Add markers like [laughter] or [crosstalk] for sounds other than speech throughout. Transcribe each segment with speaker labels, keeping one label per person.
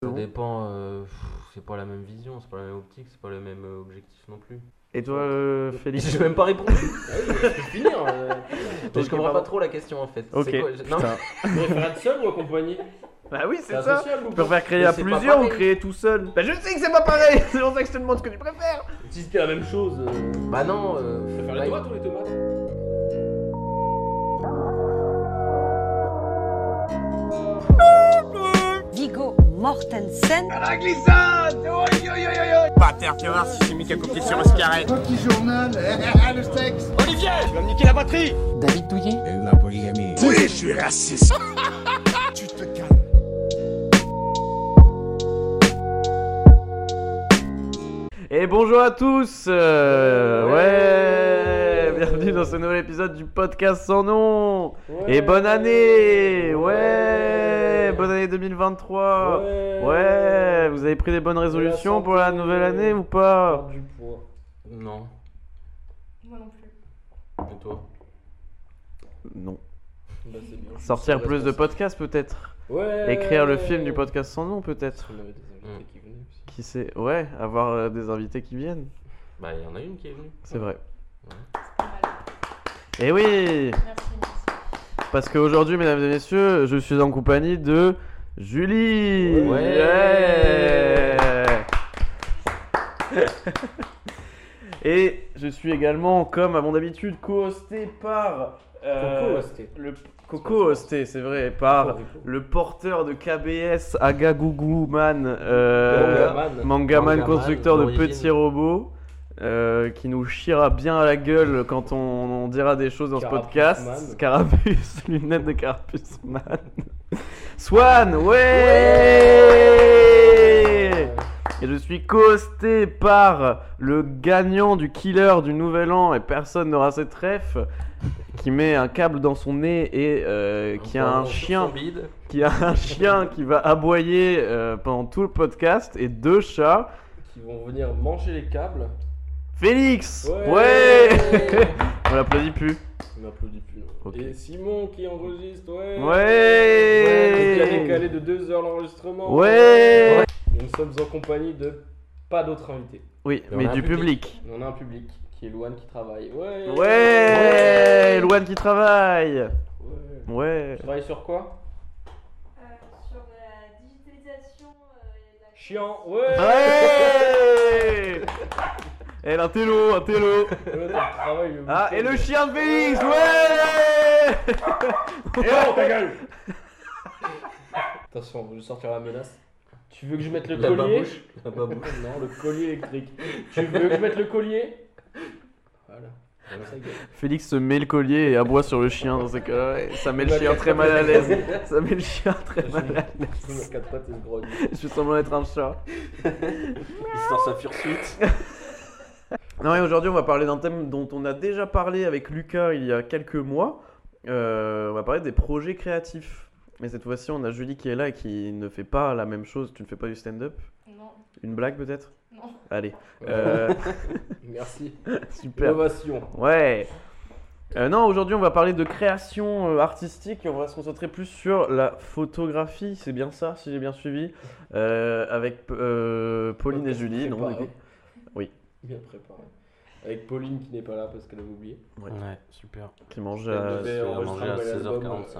Speaker 1: Ça
Speaker 2: selon.
Speaker 1: dépend, euh, pff, c'est pas la même vision, c'est pas la même optique, c'est pas le même euh, objectif non plus.
Speaker 2: Et toi, euh, Félix
Speaker 1: J'ai même pas
Speaker 2: [laughs]
Speaker 1: répondu. Ah oui, je peux finir. [laughs] euh. Mais je
Speaker 2: Ok,
Speaker 1: comprends
Speaker 2: pardon.
Speaker 1: pas trop la question en fait. C'est
Speaker 2: Ok.
Speaker 1: quoi- je- Non,
Speaker 2: Putain.
Speaker 3: Tu préfères être seul ou accompagné
Speaker 2: Bah oui, c'est ça.
Speaker 3: associable ou
Speaker 2: Tu
Speaker 3: pas
Speaker 2: préfères créer
Speaker 1: Mais
Speaker 2: à
Speaker 1: c'est pas
Speaker 2: plusieurs ou
Speaker 1: pareil.
Speaker 2: créer tout seul Bah je sais que c'est pas pareil [laughs] C'est pour ça que je te demande ce que tu préfères
Speaker 3: Si c'était la même chose, euh,
Speaker 1: bah non. euh,
Speaker 3: tu préfères
Speaker 1: bah,
Speaker 3: les tomates ou les tomates
Speaker 4: Vigo Mortensen.
Speaker 2: Et bonjour à tous euh, Ouais
Speaker 3: Ouais.
Speaker 2: Bienvenue dans ce nouvel épisode du podcast sans nom
Speaker 3: Ouais.
Speaker 2: Et bonne année Ouais Bonne année 2023
Speaker 3: Ouais,
Speaker 2: Ouais, vous avez pris des bonnes résolutions
Speaker 3: santé.
Speaker 2: pour la nouvelle année ou pas
Speaker 3: Perdre du poids.
Speaker 1: Non.
Speaker 5: Moi non plus.
Speaker 1: Et toi
Speaker 2: Non.
Speaker 3: Bah, c'est bien.
Speaker 2: Sortir
Speaker 3: Je suis
Speaker 2: plus de
Speaker 3: responsable. Euh,
Speaker 2: podcasts peut-être
Speaker 3: Ouais.
Speaker 2: Écrire le film du podcast sans nom
Speaker 3: Parce
Speaker 2: peut-être
Speaker 3: qu'on avait des invités qui venaient aussi.
Speaker 2: Qui sait Ouais, avoir euh, des invités qui viennent.
Speaker 1: Bah il y en a une qui est venue.
Speaker 2: C'est vrai.
Speaker 5: C'est pas mal.
Speaker 2: Et oui
Speaker 5: Merci, merci.
Speaker 2: Parce qu'aujourd'hui, mesdames et messieurs, je suis en compagnie de Julie
Speaker 1: Ouais.
Speaker 2: Yeah. Et je suis également, comme à mon habitude, co-hosté par... euh,
Speaker 3: Coco, c'était.
Speaker 2: le co-hosté, c'est vrai, par le porteur de KBS, Agagougou Man, euh,
Speaker 3: Mangaman.
Speaker 2: Mangaman,
Speaker 1: Mangaman,
Speaker 2: constructeur de
Speaker 1: d'origine.
Speaker 2: petits robots, euh, qui nous chiera bien à la gueule quand on, on dira des choses dans
Speaker 3: Carapuce
Speaker 2: ce podcast.
Speaker 3: Man.
Speaker 2: Carapuce, [laughs] lunettes de Carapuce
Speaker 3: [laughs]
Speaker 2: Man. Swan, ouais, Et je suis costé par le gagnant du killer du nouvel an et personne n'aura ses trèfles, qui met un câble dans son nez et euh, qui a un
Speaker 1: poing sur
Speaker 2: chien
Speaker 1: son bide.
Speaker 2: qui a un chien qui va aboyer euh, pendant tout le podcast et deux chats.
Speaker 3: Qui vont venir manger les câbles.
Speaker 2: Félix Ouais, [laughs]
Speaker 3: [laughs] Ouais.
Speaker 2: On l'applaudit plus.
Speaker 3: On m'applaudit plus. non.
Speaker 2: Ok.
Speaker 3: Et Simon qui enregistre, ouais.
Speaker 2: Ouais.
Speaker 3: Il a décalé de deux heures l'enregistrement.
Speaker 2: Ouais
Speaker 3: Nous sommes en compagnie de pas d'autres invités.
Speaker 2: Oui,
Speaker 1: Et on
Speaker 2: mais
Speaker 1: a un
Speaker 2: du public.
Speaker 3: On a un public qui est Loane qui travaille. Ouais.
Speaker 2: Ouais Loane qui travaille
Speaker 3: Ouais.
Speaker 2: Ouais
Speaker 3: Tu travailles sur quoi
Speaker 5: sur la digitalisation euh, et la.
Speaker 3: Chiant. Ouais.
Speaker 2: Ouais Elle un télo, un télo
Speaker 3: Ouais, t'as le travail, le
Speaker 2: Ah, et
Speaker 3: week-end.
Speaker 2: le chien de Félix Ouais
Speaker 3: Eh oh, ta gueule [laughs] Attention, je vais sortir la menace. Tu veux que je mette le
Speaker 1: La
Speaker 3: collier
Speaker 1: babouche. La babouche.
Speaker 3: Non, le collier électrique. tu veux que je mette le collier Voilà. Voilà, ça gueule.
Speaker 2: Félix se met le collier et aboie sur le chien dans ces cas-là. et Ça met le
Speaker 3: Bah,
Speaker 2: chien
Speaker 3: quatre
Speaker 2: très
Speaker 3: fois,
Speaker 2: mal à
Speaker 3: t'es
Speaker 1: [laughs]
Speaker 2: l'aise.
Speaker 3: grogne.
Speaker 2: Ça met le chien très
Speaker 3: Je
Speaker 2: mal à l'aise.
Speaker 3: Je me quatre pattes et ce grogne.
Speaker 2: Je fais semblant d'être un chat.
Speaker 1: Il sort sa fursuite.
Speaker 2: Non, et aujourd'hui, on va parler d'un thème dont on a déjà parlé avec Lucas il y a quelques mois. Euh, on va parler des projets créatifs. Mais cette fois-ci, on a Julie qui est là et qui ne fait pas la même chose. Tu ne fais pas du stand-up
Speaker 5: Non,
Speaker 2: Une blague peut-être
Speaker 5: non.
Speaker 2: Allez. Euh,
Speaker 3: Merci.
Speaker 2: super.
Speaker 3: Innovation.
Speaker 2: Ouais. Euh, non, aujourd'hui, on va parler de création euh, artistique et on va se concentrer plus sur la photographie. C'est bien ça, si j'ai bien suivi. Euh, avec euh, Pauline et
Speaker 3: Podcast
Speaker 2: Julie, non du
Speaker 3: préparé.
Speaker 2: coup. Oui.
Speaker 3: Bien préparé. Avec Pauline qui n'est pas là parce qu'elle avait oublié.
Speaker 2: Ouais.
Speaker 1: Ouais, super.
Speaker 2: Qui mange.
Speaker 3: Elle
Speaker 2: euh,
Speaker 3: devait
Speaker 1: on va manger
Speaker 3: enregistrer
Speaker 1: à
Speaker 3: un euh, nouvel album,
Speaker 1: 16h45.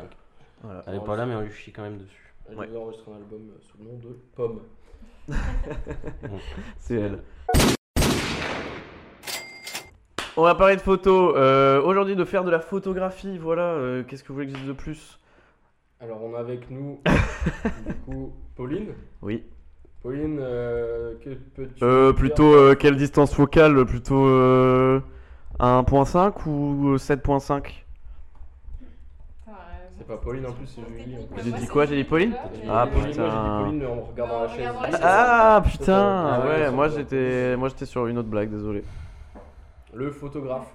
Speaker 2: Voilà.
Speaker 1: Elle est pas là mais on lui chie quand même dessus.
Speaker 3: Elle
Speaker 2: Ouais.
Speaker 3: devait enregistrer un album euh, sous le nom de Pomme.
Speaker 2: C'est elle. On va parler de photos. Euh, Aujourd'hui, de faire de la photographie, voilà. euh, Qu'est-ce que vous voulez que je dise de plus
Speaker 3: Alors on a
Speaker 2: [laughs]
Speaker 3: avec nous du coup Pauline.
Speaker 2: Oui.
Speaker 3: Pauline, euh, que peux-tu nous
Speaker 2: Euh,
Speaker 3: dire
Speaker 2: plutôt, euh, quelle distance focale Plutôt euh, 1.5 ou euh, 7.5
Speaker 6: euh,
Speaker 3: C'est pas Pauline en plus, c'est Julie.
Speaker 2: J'ai dit quoi, j'ai dit Pauline Ah,
Speaker 3: Moi, j'ai dit-
Speaker 2: putain.
Speaker 3: Moi j'ai dit Pauline mais en regardant
Speaker 5: Non,
Speaker 3: la
Speaker 5: en
Speaker 3: chaise.
Speaker 5: regardant la
Speaker 2: Ah
Speaker 1: Ah
Speaker 2: putain
Speaker 1: ouais,
Speaker 2: Ouais,
Speaker 1: c'est
Speaker 2: moi
Speaker 3: bon.
Speaker 2: j'étais moi j'étais sur une autre blague, désolé.
Speaker 3: Le photographe.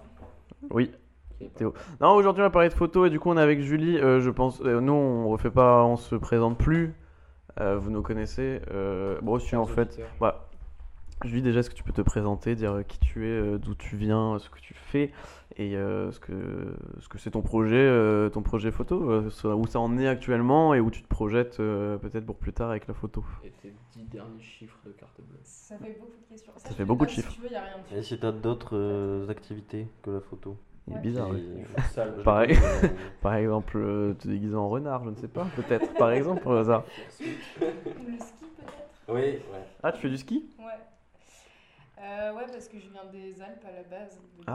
Speaker 2: Oui.
Speaker 3: qui est pas-
Speaker 2: Théo. Non, aujourd'hui on va parler de photos et du coup on est avec Julie. euh, je pense, euh, nous on refait pas, on se présente plus. Euh, vous nous connaissez. euh, bon, si en fait,
Speaker 3: Auditeur.
Speaker 2: voilà. Julie, déjà, est-ce que tu peux te présenter, dire euh, qui tu es, euh, d'où tu viens, euh, ce que tu fais et euh, ce que ce que c'est ton projet, euh, ton projet photo, euh, ça- où ça en est actuellement et où tu te projettes euh, peut-être pour plus tard avec la photo.
Speaker 3: Et tes 10 derniers chiffres de carte bleue.
Speaker 6: Ça fait beaucoup de questions.
Speaker 2: Ça
Speaker 6: je
Speaker 2: fait
Speaker 6: sais
Speaker 2: beaucoup
Speaker 6: pas,
Speaker 2: de chiffres.
Speaker 6: Si tu veux, y a rien dessus.
Speaker 1: Et si t'as d'autres euh, activités que la photo
Speaker 2: Il est
Speaker 6: Ouais.
Speaker 2: bizarre. oui.
Speaker 1: Et-
Speaker 3: Sale.
Speaker 2: Pareil.
Speaker 1: Euh,
Speaker 2: Par exemple, euh, te déguiser en renard, je ne sais pas, peut-être. Par exemple, au hasard.
Speaker 6: Le ski peut-être
Speaker 1: Oui, ouais.
Speaker 2: Ah, tu fais du ski
Speaker 6: Ouais. Euh, ouais, parce que je viens des Alpes à la base. De
Speaker 2: Ah.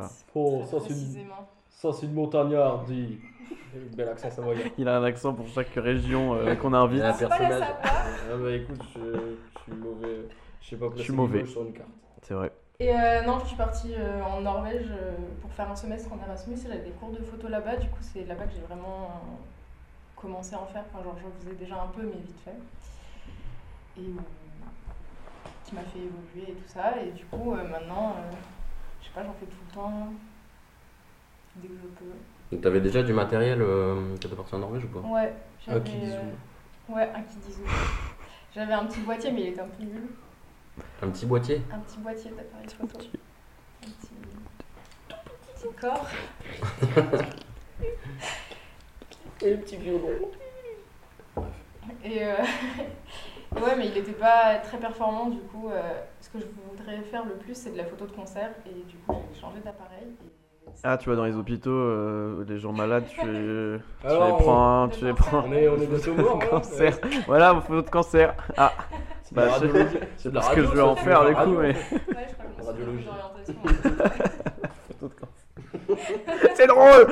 Speaker 6: Barcelonnette,
Speaker 3: Oh,
Speaker 6: très
Speaker 3: ça c'est une,
Speaker 6: précisément.
Speaker 3: ça, c'est une montagnarde, dit. Bel accent savoyard.
Speaker 2: Il a un accent pour chaque région euh, qu'on
Speaker 1: Il
Speaker 2: invite.
Speaker 1: y a un
Speaker 6: Ah, c'est pas la
Speaker 1: personnage.
Speaker 6: Savoie.
Speaker 3: Ah bah écoute, je, je suis mauvais. Je sais pas
Speaker 2: Je
Speaker 3: placer
Speaker 2: suis
Speaker 3: mes
Speaker 2: mauvais.
Speaker 3: mots sur une carte.
Speaker 2: C'est vrai.
Speaker 6: Et euh, non, je suis partie euh, en Norvège euh, pour faire un semestre en Erasmus et j'avais des cours de photo là-bas. Du coup, c'est là-bas que j'ai vraiment euh, commencé à en faire. Enfin, genre, je faisais déjà un peu, mais vite fait. Et euh, qui m'a fait évoluer et tout ça. Et du coup, euh, maintenant, euh, je sais pas, j'en fais tout le temps. Dès que je peux.
Speaker 1: Donc t'avais déjà du matériel euh, quand t'es parti en Norvège ou pas
Speaker 6: Ouais,
Speaker 3: Ah,
Speaker 6: j'avais.
Speaker 3: qui dit
Speaker 6: euh,
Speaker 3: zoom.
Speaker 6: ouais, un kit Zoom. [laughs] J'avais un petit boîtier, mais il était un peu nul.
Speaker 1: Un petit boîtier
Speaker 6: Un petit boîtier d'appareil photo. Un petit. Tout petit corps. [laughs]
Speaker 3: Et le petit violon.
Speaker 6: Et euh, [laughs] ouais, mais il n'était pas très performant du coup. euh, ce que je voudrais faire le plus, c'est de la photo de concert. Et du coup, j'ai changé d'appareil. et-
Speaker 2: Ah, tu vas dans les hôpitaux, euh, les gens malades, tu les, tu les
Speaker 3: Alors, on,
Speaker 2: prends, tu les prends. [laughs]
Speaker 3: on est, on est bientôt mort. hein.
Speaker 2: cancer. Voilà, mon photo de cancer. Ah,
Speaker 3: C'est de la
Speaker 2: bah, je-
Speaker 3: radiologie.
Speaker 2: c'est
Speaker 3: de la
Speaker 2: ce que
Speaker 3: radio,
Speaker 2: je vais
Speaker 3: ça,
Speaker 2: en
Speaker 3: c'est
Speaker 2: faire
Speaker 3: de la
Speaker 2: du coup,
Speaker 3: radio.
Speaker 2: mais.
Speaker 6: Ouais, je crois que je me
Speaker 3: Radiologie.
Speaker 6: suis fait d'orientation.
Speaker 2: Photo de cancer. [laughs]
Speaker 1: [laughs]
Speaker 2: c'est drôle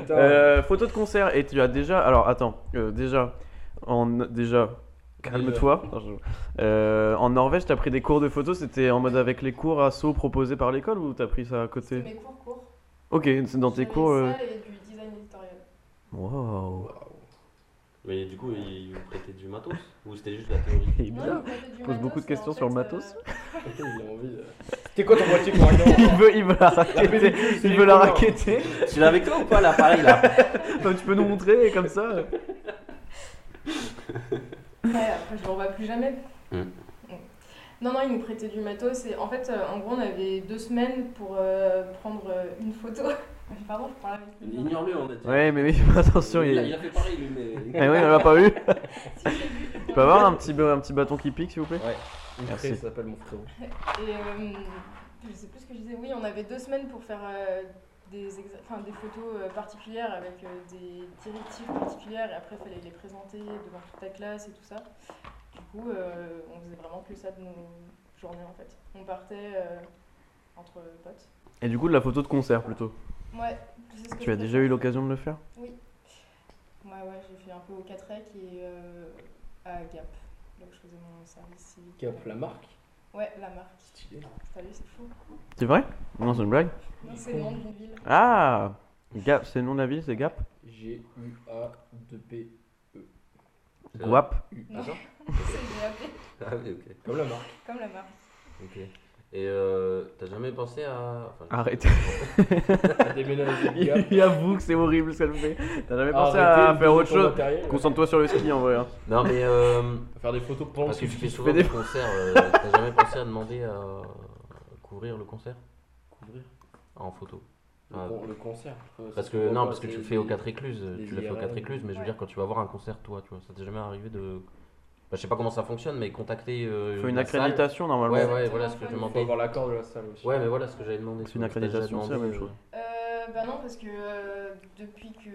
Speaker 3: Putain.
Speaker 2: euh, Photo de concert, et tu as déjà. Alors attends, euh, déjà, en... déjà calme-toi. Non, je- Euh, en Norvège, t'as pris des cours de photo, c'était en mode avec les cours assos proposés par l'école ou t'as pris ça à
Speaker 6: C'était
Speaker 2: [laughs] côté
Speaker 6: mes cours courts.
Speaker 2: Ok, c'est dans tes
Speaker 6: J'avais
Speaker 2: cours. euh,
Speaker 6: ça et du design éditorial.
Speaker 2: Wow
Speaker 1: Mais du coup, ils vous prêtaient du matos Ou c'était juste la théorie
Speaker 2: Il est
Speaker 6: Non,
Speaker 2: bizarre.
Speaker 6: ils me prêtaient du
Speaker 2: Eh Pose beaucoup de
Speaker 6: matos,
Speaker 2: questions
Speaker 6: et en
Speaker 2: sur le
Speaker 6: fait,
Speaker 2: matos.
Speaker 6: euh,
Speaker 3: Il a envie de- C'était quoi ton boîtier qu'on regarde
Speaker 2: [laughs] Il veut, il veut la raqueter. Il veut la raqueter.
Speaker 1: Tu l'avais toi ou pas l'appareil là
Speaker 2: Bah, tu peux nous montrer comme ça.
Speaker 1: [laughs]
Speaker 6: Ouais, après je ne revois plus jamais.
Speaker 1: Mm.
Speaker 2: Mmh.
Speaker 6: Non, non, ils nous prêtaient du matos. Et en fait, euh, en gros, on avait deux semaines pour euh, prendre euh, une photo. [laughs] Pardon, je parle avec mes mains.
Speaker 1: Ignore-le, on a dit.
Speaker 2: Ouais, mais oui, [laughs] fais attention. Il,
Speaker 1: Il, a, il a fait pareil, lui, mais.
Speaker 2: Eh oui, on l'a pas eu.
Speaker 6: Si, j'ai vu, j'ai
Speaker 2: [laughs] Tu peux avoir un petit, ba- un petit bâton qui pique, s'il vous plaît
Speaker 3: Une
Speaker 2: Merci.
Speaker 3: craie, ça s'appelle mon frérot.
Speaker 6: Et euh, je sais plus ce que je disais. Oui, on avait deux semaines pour faire euh, des, exa- enfin, des photos euh, particulières avec euh, des directives particulières. Et après, il fallait les présenter devant toute la classe et tout ça. Du coup, euh, on faisait vraiment que ça de nos journées en fait. On partait euh, entre potes.
Speaker 2: Et du coup, de la photo de concert plutôt.
Speaker 6: Ouais, c'est ce que
Speaker 2: Tu
Speaker 6: je
Speaker 2: as déjà eu
Speaker 6: préfère.
Speaker 2: l'occasion de le faire
Speaker 6: Ouais, ouais, j'ai fait un peu au 4 rec et euh, à Gap. Donc je faisais mon service civique.
Speaker 3: Cap, la marque.
Speaker 6: Ouais, la marque.
Speaker 3: Stylé.
Speaker 6: T'as vu, c'est fou.
Speaker 2: C'est vrai Non, c'est une blague.
Speaker 6: Non, c'est le nom d'une
Speaker 1: [laughs]
Speaker 6: ville.
Speaker 2: Ah Gap, c'est le nom de la ville, c'est Gap
Speaker 3: G-U-A-2-P.
Speaker 1: Euh.
Speaker 2: Guap.
Speaker 6: Non,
Speaker 1: Attends.
Speaker 6: c'est Gap.
Speaker 1: Ah oui, ok.
Speaker 3: Comme la marque.
Speaker 6: Comme la marque.
Speaker 1: ok. Et euh, t'as jamais pensé à. Enfin, je-
Speaker 2: Arrête. [laughs]
Speaker 3: Déménager de Gap.
Speaker 2: Il avoue que c'est horrible ce qu'elle fait. T'as jamais pensé
Speaker 3: Arrêtez
Speaker 2: à faire
Speaker 3: de donner
Speaker 2: autre
Speaker 3: ton
Speaker 2: chose
Speaker 3: matériel.
Speaker 2: Concentre-toi sur le ski en vrai. hein.
Speaker 1: Non, mais. Euh,
Speaker 2: [laughs]
Speaker 3: Faire des photos pendant
Speaker 1: parce que tu fais souvent
Speaker 2: fais des-
Speaker 1: des concerts. euh, t'as jamais pensé à demander à couvrir le concert
Speaker 3: Couvrir
Speaker 1: en photo
Speaker 3: le,
Speaker 1: Ah.
Speaker 3: con- le concert. Euh,
Speaker 1: Parce
Speaker 3: ça,
Speaker 1: que
Speaker 3: pourquoi
Speaker 1: non,
Speaker 3: pas,
Speaker 1: parce que
Speaker 3: c'est-
Speaker 1: tu le fais aux quatre écluses,
Speaker 3: les
Speaker 1: tu le fais aux
Speaker 3: IRL.
Speaker 1: quatre écluses, mais je veux
Speaker 6: Ouais.
Speaker 1: dire quand tu vas voir un concert toi, tu vois, ça t'est jamais arrivé de, bah, je sais pas comment ça fonctionne, mais contacter euh,
Speaker 2: Faut une
Speaker 1: la salle.
Speaker 2: accréditation normalement.
Speaker 1: Ouais, ouais, voilà ce que je
Speaker 6: Exactement,
Speaker 1: demandais.
Speaker 3: Faut avoir l'accord de la salle aussi.
Speaker 1: Ouais, mais voilà ce que j'avais demandé.
Speaker 2: C'est une accréditation, c'est la même chose.
Speaker 6: Euh, bah non, parce que euh, depuis que.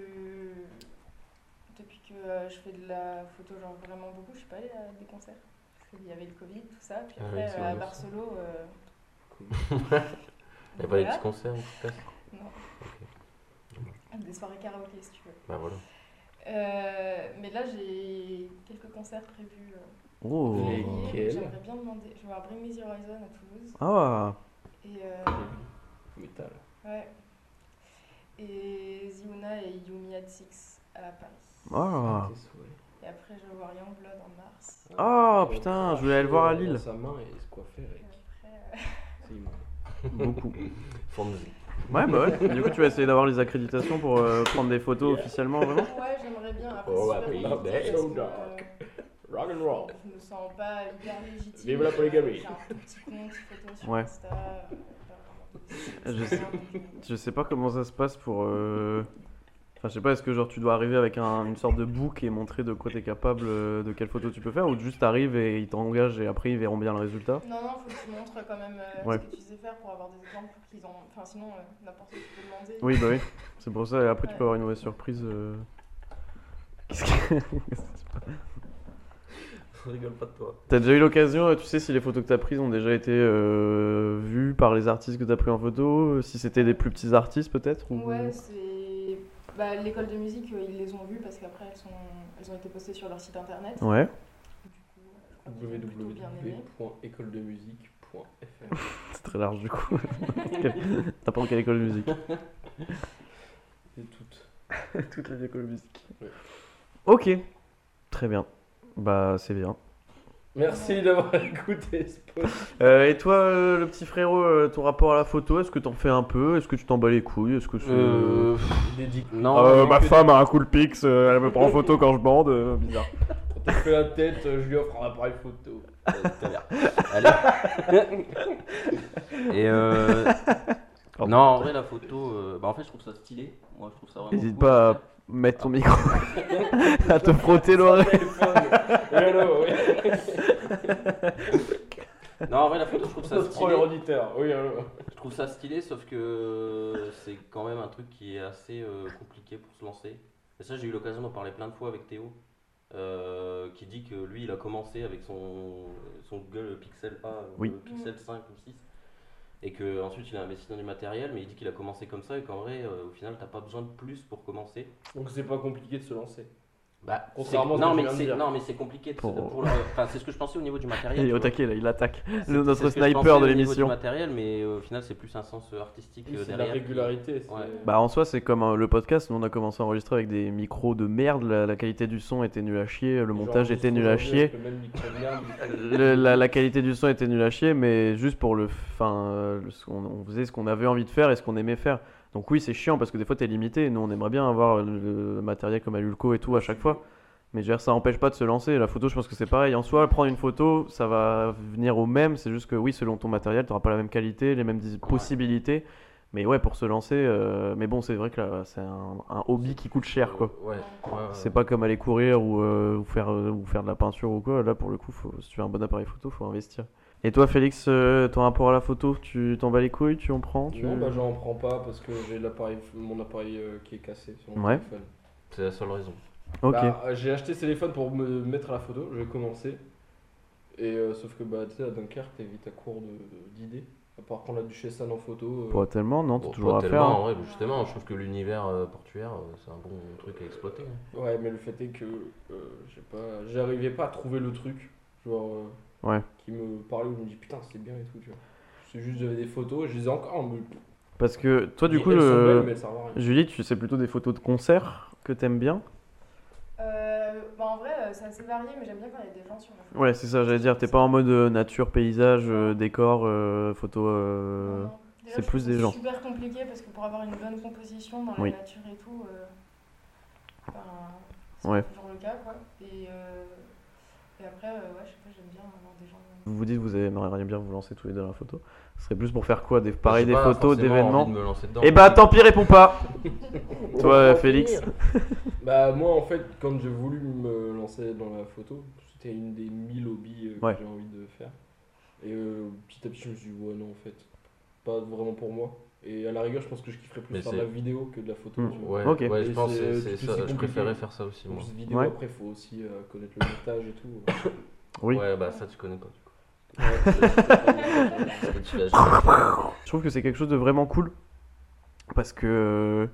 Speaker 6: Depuis que euh, je fais de la photo, genre vraiment beaucoup, je suis pas allée à des concerts. Parce qu'il y avait le Covid, tout ça. Puis
Speaker 1: Ah oui,
Speaker 6: après,
Speaker 1: c'est
Speaker 6: euh, à
Speaker 1: vrai, ça.
Speaker 6: Barcelone. Euh...
Speaker 1: [laughs] T'as pas des
Speaker 6: voilà.
Speaker 1: petits concerts ou tout ça
Speaker 6: Des soirées karaoké, si tu veux.
Speaker 1: Bah voilà.
Speaker 6: Euh, mais là, j'ai quelques concerts prévus. euh,
Speaker 2: Oh.
Speaker 3: Les-
Speaker 6: février,
Speaker 3: Lesquels
Speaker 6: J'aimerais bien demander. Je vais voir Bring Me the Horizon à Toulouse.
Speaker 2: Ah,
Speaker 6: Et, euh,
Speaker 3: Métal.
Speaker 6: ouais. et Ziuna et Yumi at Six à Paris.
Speaker 2: ah,
Speaker 3: Tes souhaits.
Speaker 6: Et après, je vais voir Youngblood en mars.
Speaker 2: ah,
Speaker 3: Et
Speaker 2: putain,
Speaker 3: on
Speaker 2: je voulais aller le voir à
Speaker 3: crache dans
Speaker 2: Lille.
Speaker 3: Sa main et se coiffer
Speaker 6: Et
Speaker 3: avec.
Speaker 6: après, euh, [laughs]
Speaker 3: C'est immonde.
Speaker 2: Beaucoup.
Speaker 1: Fonzie.
Speaker 2: Ouais, bah ouais. Du coup, tu vas essayer d'avoir les accréditations pour euh, prendre des photos officiellement, vraiment
Speaker 6: euh, ouais, j'aimerais bien. Après,
Speaker 1: Oh,
Speaker 6: c'est
Speaker 1: après,
Speaker 6: super
Speaker 1: il
Speaker 6: compliqué
Speaker 1: est
Speaker 6: parce que,
Speaker 3: dark.
Speaker 6: euh,
Speaker 3: Rock and roll.
Speaker 6: Je me sens pas hyper légitime.
Speaker 3: Vive la polygamie.
Speaker 6: J'ai un tout petit compte photo sur
Speaker 2: Ouais.
Speaker 6: Insta. euh, pas vraiment.
Speaker 2: Je sais. Je sais pas comment ça se passe pour. euh, Enfin, je sais pas, est-ce que genre tu dois arriver avec un- une sorte de book et montrer de quoi t'es capable, euh, de quelle photo tu peux faire, ou juste t'arrives et ils t'engagent et après ils verront bien le résultat
Speaker 6: Non, non, faut que tu montres quand même euh,
Speaker 2: Ouais.
Speaker 6: ce que tu sais faire pour avoir des exemples pour qu'ils en. Enfin, sinon, euh, n'importe qui peut demander.
Speaker 2: Oui, bah oui, c'est pour ça, et après tu
Speaker 6: Ouais.
Speaker 2: peux avoir une mauvaise surprise. euh. Qu'est-ce que. [laughs]
Speaker 1: On rigole pas de toi.
Speaker 2: T'as déjà eu l'occasion, euh, tu sais, si les photos que t'as prises ont déjà été euh, vues par les artistes que t'as pris en photo, euh, si c'était des plus petits artistes peut-être ou...
Speaker 6: Ouais, c'est. Bah, l'école de musique, euh, ils les ont vues parce qu'après, elles, sont... elles ont été postées sur leur site internet.
Speaker 2: Ouais.
Speaker 6: Du coup, je crois qu'ils ont plutôt bien aimé.
Speaker 3: www.écoledemusique.fr
Speaker 2: C'est très large du coup. [laughs] T'as pas quelle école de musique
Speaker 3: Et toutes.
Speaker 2: Toutes les écoles de musique.
Speaker 3: Ouais.
Speaker 2: Ok. Très bien. Bah, c'est bien.
Speaker 3: Merci d'avoir [laughs] écouté ce podcast.
Speaker 2: Euh, et toi, euh, le petit frérot, euh, ton rapport à la photo, est-ce que t'en fais un peu Est-ce que tu t'en bats les couilles Est-ce que c'est.
Speaker 1: Euh.
Speaker 3: Des dicks.
Speaker 1: Non,
Speaker 2: Euh,
Speaker 1: non,
Speaker 2: ma
Speaker 1: que-
Speaker 2: femme a un cool pix, euh, elle me prend en photo quand je bande, euh, bizarre.
Speaker 3: Quand elle fait la tête, euh, je lui offre un appareil photo. Euh, tout à l'heure. Allez.
Speaker 1: [laughs] Et euh,
Speaker 2: Pardon.
Speaker 1: non, en vrai, la photo, euh, bah, en fait, je trouve ça stylé. Moi, je trouve ça vraiment.
Speaker 2: N'hésite
Speaker 1: cool.
Speaker 2: pas à mettre ton micro, [laughs] à te frotter l'oreille.
Speaker 3: Téléphone. Et allô, oui.
Speaker 1: Non, en vrai, la photo, je trouve ça
Speaker 3: Notre premier
Speaker 1: stylé.
Speaker 3: auditeur. Oui, allô.
Speaker 1: Je trouve ça stylé, sauf que c'est quand même un truc qui est assez euh, compliqué pour se lancer. Et ça, j'ai eu l'occasion d'en parler plein de fois avec Théo, euh, qui dit que lui, il a commencé avec son, son Google Pixel A, euh,
Speaker 2: Oui.
Speaker 1: Pixel 5 ou 6, et que ensuite il a investi dans du matériel, mais il dit qu'il a commencé comme ça et qu'en vrai, euh, au final, t'as pas besoin de plus pour commencer.
Speaker 3: Donc c'est pas compliqué de se lancer.
Speaker 1: Bah,
Speaker 3: Contrairement
Speaker 1: c'est-
Speaker 3: à ce
Speaker 1: non,
Speaker 3: que
Speaker 1: mais
Speaker 3: tu viens de
Speaker 1: c'est-
Speaker 3: dire.
Speaker 1: non, mais c'est compliqué. de-
Speaker 2: Pour-
Speaker 1: pour le- enfin, c'est ce que je pensais au niveau du matériel.
Speaker 2: Il est
Speaker 1: tu
Speaker 2: au
Speaker 1: vois.
Speaker 2: taquet [laughs] là, il attaque.
Speaker 1: C'est-
Speaker 2: Le-
Speaker 1: c'est
Speaker 2: notre
Speaker 1: ce que je pensais
Speaker 2: sniper de
Speaker 1: au niveau du
Speaker 2: l'émission.
Speaker 1: matériel, mais euh, au final, c'est plus un sens artistique euh,
Speaker 3: C'est la
Speaker 1: derrière. qui-
Speaker 3: régularité. c'est-
Speaker 1: Ouais.
Speaker 2: Bah en soi c'est comme euh, le podcast, nous on a commencé à enregistrer avec des micros de merde, la, la qualité du son était nulle à chier, le montage
Speaker 3: Genre,
Speaker 2: était nul à
Speaker 3: aujourd'hui,
Speaker 2: chier,
Speaker 3: avec le même micro de merde.
Speaker 2: Le- la, la qualité du son était nulle à chier, mais juste pour le fin, euh, le- ce qu'on- on, faisait ce qu'on avait envie de faire et ce qu'on aimait faire. Donc oui c'est chiant parce que des fois t'es limité, nous on aimerait bien avoir le, le matériel comme à Lulco et tout à chaque fois. Mais je veux dire, ça empêche pas de se lancer. La photo, je pense que c'est pareil. En soi, prendre une photo, ça va venir au même. C'est juste que oui, selon ton matériel, t'auras pas la même qualité, les mêmes dis- possibilités. Mais ouais, pour se lancer. euh, Mais bon, c'est vrai que là, c'est un, un hobby qui coûte cher, quoi.
Speaker 1: Ouais, ouais, ouais.
Speaker 2: C'est pas comme aller courir ou, euh, ou faire, euh, ou faire de la peinture ou quoi. Là, pour le coup, faut- si tu veux un bon appareil photo, faut investir. Et toi, Félix, euh, ton rapport à la photo, tu t'en bats les couilles, tu en prends [laughs] tu...
Speaker 3: Non, bah j'en prends pas parce que j'ai l'appareil, mon appareil euh, qui est cassé sur mon
Speaker 2: Ouais.
Speaker 3: téléphone.
Speaker 1: C'est la seule raison.
Speaker 2: Ok.
Speaker 3: Bah, euh, j'ai acheté ce téléphone pour me mettre à la photo, j'ai commencé. Et euh, sauf que bah, tu sais, à Dunkerque, t'es vite à court de- de- d'idées. À part prendre la duchesse Anne en photo. euh,
Speaker 2: Pas tellement, non, t'as
Speaker 1: Bon,
Speaker 2: toujours
Speaker 1: pas
Speaker 2: à faire.
Speaker 1: tellement,
Speaker 2: hein.
Speaker 1: en vrai, mais justement, je trouve que l'univers euh, portuaire, euh, c'est un bon truc à exploiter. hein.
Speaker 3: Ouais, mais le fait est que euh, j'ai pas, j'arrivais pas à trouver le truc, genre euh,
Speaker 2: Ouais.
Speaker 3: qui me parlait où je me dis putain c'est bien et tout. Tu vois. C'est juste j'avais des photos, je les ai encore. Mais,
Speaker 2: Parce que toi, du
Speaker 3: mais
Speaker 2: coup,
Speaker 3: elles sont
Speaker 2: le-
Speaker 3: belles, mais elles servent à rien.
Speaker 2: Julie, tu sais plutôt des photos de concerts que t'aimes bien
Speaker 6: Euh, bah, en vrai, euh, c'est assez varié, mais j'aime bien quand il y a des gens sur ma photo.
Speaker 2: Ouais, c'est ça, j'allais dire. T'es pas en mode euh, nature, paysage, euh, décor, euh, photo. euh,
Speaker 6: Non, non. Déjà,
Speaker 2: c'est
Speaker 6: je
Speaker 2: plus
Speaker 6: trouve
Speaker 2: des
Speaker 6: ça
Speaker 2: gens.
Speaker 6: super compliqué parce que pour avoir une bonne composition dans
Speaker 2: Oui.
Speaker 6: la nature et tout, euh, ben, c'est
Speaker 2: Ouais.
Speaker 6: pas toujours le cas quoi. Et, euh, et après, euh, ouais, je sais pas, j'aime bien avoir des gens. euh,
Speaker 2: Vous vous dites, vous aimeriez bien vous lancer tous les deux dans la photo. Ce serait plus pour faire quoi des, Pareil,
Speaker 1: J'ai
Speaker 2: des
Speaker 1: Bah, pas
Speaker 2: photos,
Speaker 1: forcément envie
Speaker 2: d'événements
Speaker 1: de me Oh, lancer dedans.
Speaker 2: Eh bah, tant pis, réponds pas Toi, euh, Félix
Speaker 3: Bah moi en fait quand j'ai voulu me lancer dans la photo, c'était une des mille hobbies euh, que
Speaker 2: Ouais.
Speaker 3: j'ai envie de faire. Et euh, petit à petit je me suis dit ouais non en fait, pas vraiment pour moi. Et à la rigueur je pense que je kifferais plus
Speaker 1: Mais
Speaker 3: faire
Speaker 1: c'est- Hmm,
Speaker 3: de la vidéo que de la photo.
Speaker 2: Mm.
Speaker 3: tu vois.
Speaker 1: Ouais,
Speaker 2: Ok.
Speaker 1: ouais, je
Speaker 3: Et
Speaker 1: pense
Speaker 3: c'est-
Speaker 1: que
Speaker 3: du
Speaker 1: c'est ça.
Speaker 3: coup, c'est
Speaker 1: Je
Speaker 3: compliqué.
Speaker 1: préférais faire ça aussi,
Speaker 3: En
Speaker 1: moi.
Speaker 3: plus, vidéo
Speaker 2: Ouais.
Speaker 3: après faut aussi euh, connaître le montage et tout.
Speaker 2: [laughs] Oui.
Speaker 1: Ouais, bah ça, tu connais
Speaker 2: [laughs]
Speaker 1: pas. du coup.
Speaker 3: Ouais, c'est- c'est pas-
Speaker 1: Et tu l'as jamais fait.
Speaker 2: Je trouve que c'est quelque chose de vraiment cool. Parce que. euh,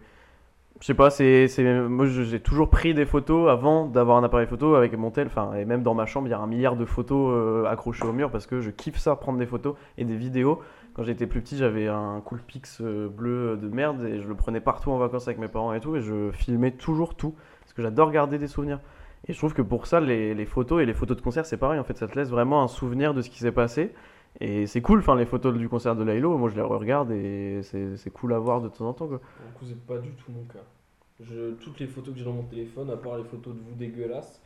Speaker 2: Je sais pas, c'est. c'est- Moi, je- j'ai toujours pris des photos avant d'avoir un appareil photo avec mon tel. Enfin, et même dans ma chambre, il y a un milliard de photos euh, accrochées au mur parce que je kiffe ça, prendre des photos et des vidéos. Quand j'étais plus petit, j'avais un Coolpix euh, bleu de merde et je le prenais partout en vacances avec mes parents et tout. Et je filmais toujours tout parce que j'adore garder des souvenirs. Et je trouve que pour ça, les, les photos et les photos de concert, c'est pareil. En fait, ça te laisse vraiment un souvenir de ce qui s'est passé. Et c'est cool, enfin, les photos du concert de Lilo, moi je les regarde et c'est c'est cool à voir de temps en temps. Quoi.
Speaker 3: Pour le coup, c'est pas du tout mon cas. Je, toutes les photos que j'ai dans mon téléphone, à part les photos de vous dégueulasses,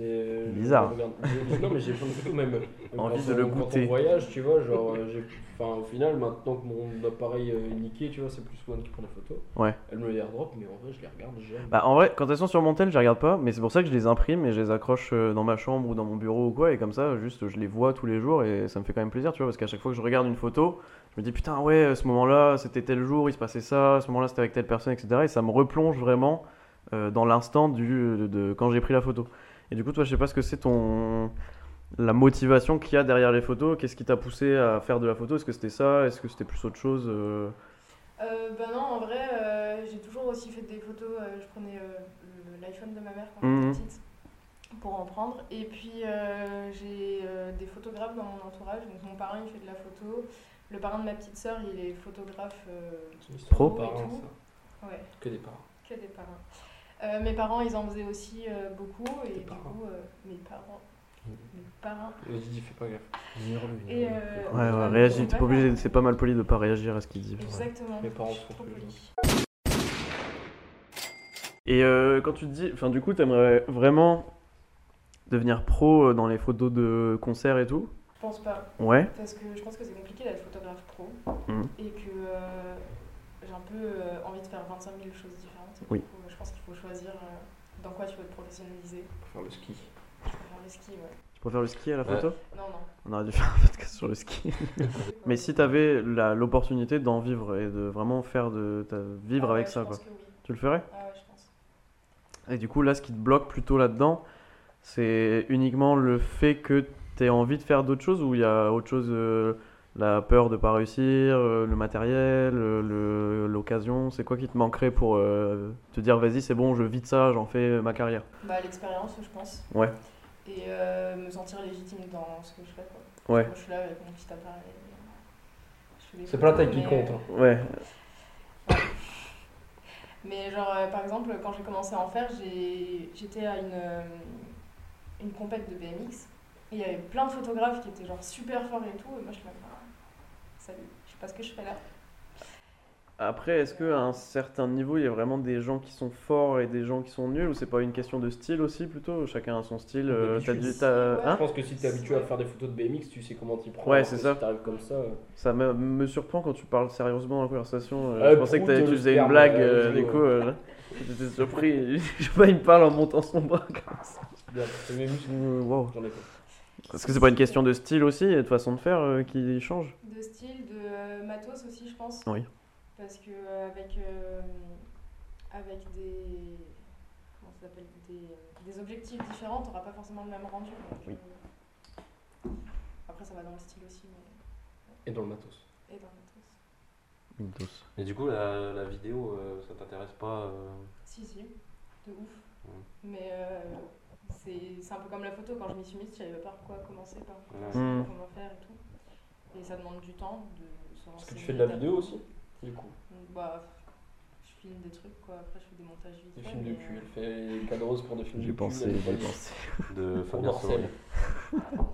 Speaker 3: C'est
Speaker 2: Bizarre.
Speaker 3: je regarde- je- non mais j'ai plein de photos même. même
Speaker 2: [laughs] Envie
Speaker 3: quand
Speaker 2: de le
Speaker 3: on- Quand
Speaker 2: goûter.
Speaker 3: on voyage, tu vois, genre, euh, j'ai- enfin au final maintenant que mon appareil euh, est niqué, tu vois, c'est plus Swan qui prend les photos.
Speaker 2: Ouais.
Speaker 3: Elle me les airdrop, mais en vrai je les regarde jamais.
Speaker 2: Bah, en vrai, quand elles sont sur mon tel, je les regarde pas, mais c'est pour ça que je les imprime et je les accroche euh, dans ma chambre ou dans mon bureau ou quoi, et comme ça, juste je les vois tous les jours et ça me fait quand même plaisir, tu vois, parce qu'à chaque fois que je regarde une photo, je me dis putain, ouais, à ce moment-là, c'était tel jour, il se passait ça, à ce moment-là, c'était avec telle personne, etc. Et ça me replonge vraiment euh, dans l'instant du de, de- quand j'ai pris la photo. Et du coup, toi, je sais pas ce que c'est ton. La motivation qu'il y a derrière les photos, qu'est-ce qui t'a poussé à faire de la photo Est-ce que c'était ça Est-ce que c'était plus autre chose euh,
Speaker 6: Euh, ben non, en vrai, euh, j'ai toujours aussi fait des photos. euh, je prenais euh, le- l'iPhone de ma mère quand
Speaker 2: Mhm.
Speaker 6: j'étais petite pour en prendre. Et puis, euh, j'ai euh, des photographes dans mon entourage. Donc, mon parrain, il fait de la photo. Le parrain de ma petite sœur, il est photographe. euh,
Speaker 3: C'est
Speaker 2: Pro.
Speaker 3: des parents, ça.
Speaker 6: ouais,
Speaker 3: Que des parents.
Speaker 6: que des parrains. Euh, mes parents, ils en faisaient aussi euh, beaucoup. Et
Speaker 3: Tes
Speaker 6: du
Speaker 3: parents.
Speaker 6: coup, euh, mes parents.
Speaker 3: Mhm.
Speaker 6: Mes parrains.
Speaker 3: Vas-y, Euh, fais pas gaffe. Mmh.
Speaker 6: Et, euh,
Speaker 2: Ouais, ouais,
Speaker 6: Ouais,
Speaker 2: réagis,
Speaker 6: c'est
Speaker 2: t'es
Speaker 6: pas
Speaker 2: pas obligé,
Speaker 6: grave.
Speaker 2: c'est pas mal poli de pas réagir à ce qu'il dit.
Speaker 6: Exactement.
Speaker 3: Mes parents
Speaker 6: Je suis
Speaker 3: font
Speaker 6: trop
Speaker 3: que les
Speaker 6: polie.
Speaker 2: Et euh, quand tu te dis, enfin du coup, t'aimerais vraiment devenir pro euh, dans les photos de concerts et tout
Speaker 6: Je pense pas.
Speaker 2: Ouais.
Speaker 6: Parce que je pense que c'est compliqué d'être photographe pro
Speaker 2: Mhm.
Speaker 6: et que euh, j'ai un peu euh, envie de faire 25 000 choses différentes.
Speaker 2: Oui.
Speaker 6: Du coup, je pense qu'il faut choisir euh, dans quoi tu veux te professionnaliser.
Speaker 3: Pour faire le ski.
Speaker 6: Je peux faire le ski, ouais.
Speaker 2: Tu préfères le ski à la
Speaker 1: Ouais.
Speaker 2: photo
Speaker 6: Non, non.
Speaker 2: On aurait dû [laughs] faire un podcast sur le ski. [laughs] Mais si t'avais la- l'opportunité d'en vivre et de vraiment faire de ta- vivre
Speaker 6: Ah ouais,
Speaker 2: avec
Speaker 6: je
Speaker 2: ça,
Speaker 6: pense
Speaker 2: quoi,
Speaker 6: que oui.
Speaker 2: tu le ferais
Speaker 6: Ah ouais, je pense.
Speaker 2: Et du coup, là, ce qui te bloque plutôt là-dedans, c'est uniquement le fait que t'aies envie de faire d'autres choses ou il y a autre chose, euh, la peur de pas réussir, euh, le matériel, euh, le- l'occasion, c'est quoi qui te manquerait pour euh, te dire vas-y, c'est bon, je vis de ça, j'en fais euh, ma carrière
Speaker 6: Bah, l'expérience, je pense.
Speaker 2: Ouais.
Speaker 6: Et euh, me sentir légitime dans ce que je fais, quoi.
Speaker 2: Ouais.
Speaker 6: Moi, je suis là avec mon petit appareil. euh, je fais des
Speaker 3: C'est pas la
Speaker 6: photos,
Speaker 3: taille qui
Speaker 6: mais, euh,
Speaker 3: compte. hein.
Speaker 2: Ouais,
Speaker 6: Mais genre, euh, par exemple, quand j'ai commencé à en faire, j'ai- j'étais à une, euh, une compète de BMX. Et il y avait plein de photographes qui étaient genre super forts et tout. Et moi, je suis là, Ah, salut, je sais pas ce que je fais là.
Speaker 2: Après, est-ce qu'à un certain niveau, il y a vraiment des gens qui sont forts et des gens qui sont nuls ou c'est pas une question de style aussi plutôt Chacun a son style. euh,
Speaker 3: D'habitude.
Speaker 2: t'as dit- t'as-
Speaker 6: Ouais.
Speaker 2: hein
Speaker 3: Je pense que si t'es habitué à faire des photos de BMX, tu sais comment t'y prendre.
Speaker 2: Ouais, c'est
Speaker 3: Si
Speaker 2: ça.
Speaker 3: t'arrives comme ça. euh,
Speaker 2: Ça me, me surprend quand tu parles sérieusement dans la conversation. euh,
Speaker 3: Ah,
Speaker 2: je pensais que
Speaker 3: prout,
Speaker 2: t'avais-
Speaker 3: euh,
Speaker 2: tu
Speaker 3: le
Speaker 2: faisais une
Speaker 3: sperme,
Speaker 2: blague,
Speaker 3: euh,
Speaker 2: euh,
Speaker 3: du
Speaker 2: du
Speaker 3: coup,
Speaker 2: coup, euh, j'étais surpris. [laughs] je sais pas, il me parle en montant son bras.
Speaker 3: bien, c'est mes [laughs] muscles,
Speaker 2: Wow.
Speaker 3: j'en ai pas.
Speaker 2: Est-ce que c'est pas une question de style aussi et de façon de faire euh, qui change
Speaker 6: De style, de euh, matos aussi, je pense.
Speaker 2: Oui.
Speaker 6: Parce que euh, avec, euh, avec des. Comment ça s'appelle des, des objectifs différents, t'auras pas forcément le même rendu. donc,
Speaker 2: Oui.
Speaker 6: euh, Après, ça va dans le style aussi, mais.
Speaker 3: Et dans le matos.
Speaker 6: Et dans le matos.
Speaker 1: Et du coup, la, la vidéo, euh, ça t'intéresse pas euh,
Speaker 6: Si, si, de ouf.
Speaker 1: Ouais.
Speaker 6: Mais euh, c'est c'est un peu comme la photo, quand je m'y suis mise, je savais pas par quoi commencer, par quoi
Speaker 1: Ouais.
Speaker 6: commencer,
Speaker 2: Mm.
Speaker 6: comment faire et tout. Et ça demande du temps de se
Speaker 3: Est-ce
Speaker 6: renseigner.
Speaker 3: que tu fais de la
Speaker 6: d'ab-
Speaker 3: vidéo aussi Du coup,
Speaker 6: Bah, je filme des trucs quoi, après je fais des montages vite.
Speaker 3: des
Speaker 6: fait,
Speaker 3: films de
Speaker 6: mais,
Speaker 3: cul.
Speaker 6: euh,
Speaker 3: Elle fait des cadreuses pour des films de
Speaker 2: J'ai
Speaker 3: cul.
Speaker 2: pensé,
Speaker 3: elle
Speaker 2: j'ai
Speaker 3: fait des-
Speaker 2: pensé.
Speaker 1: [laughs] de
Speaker 3: pour
Speaker 1: Fabien
Speaker 3: Marcel.
Speaker 1: Sorel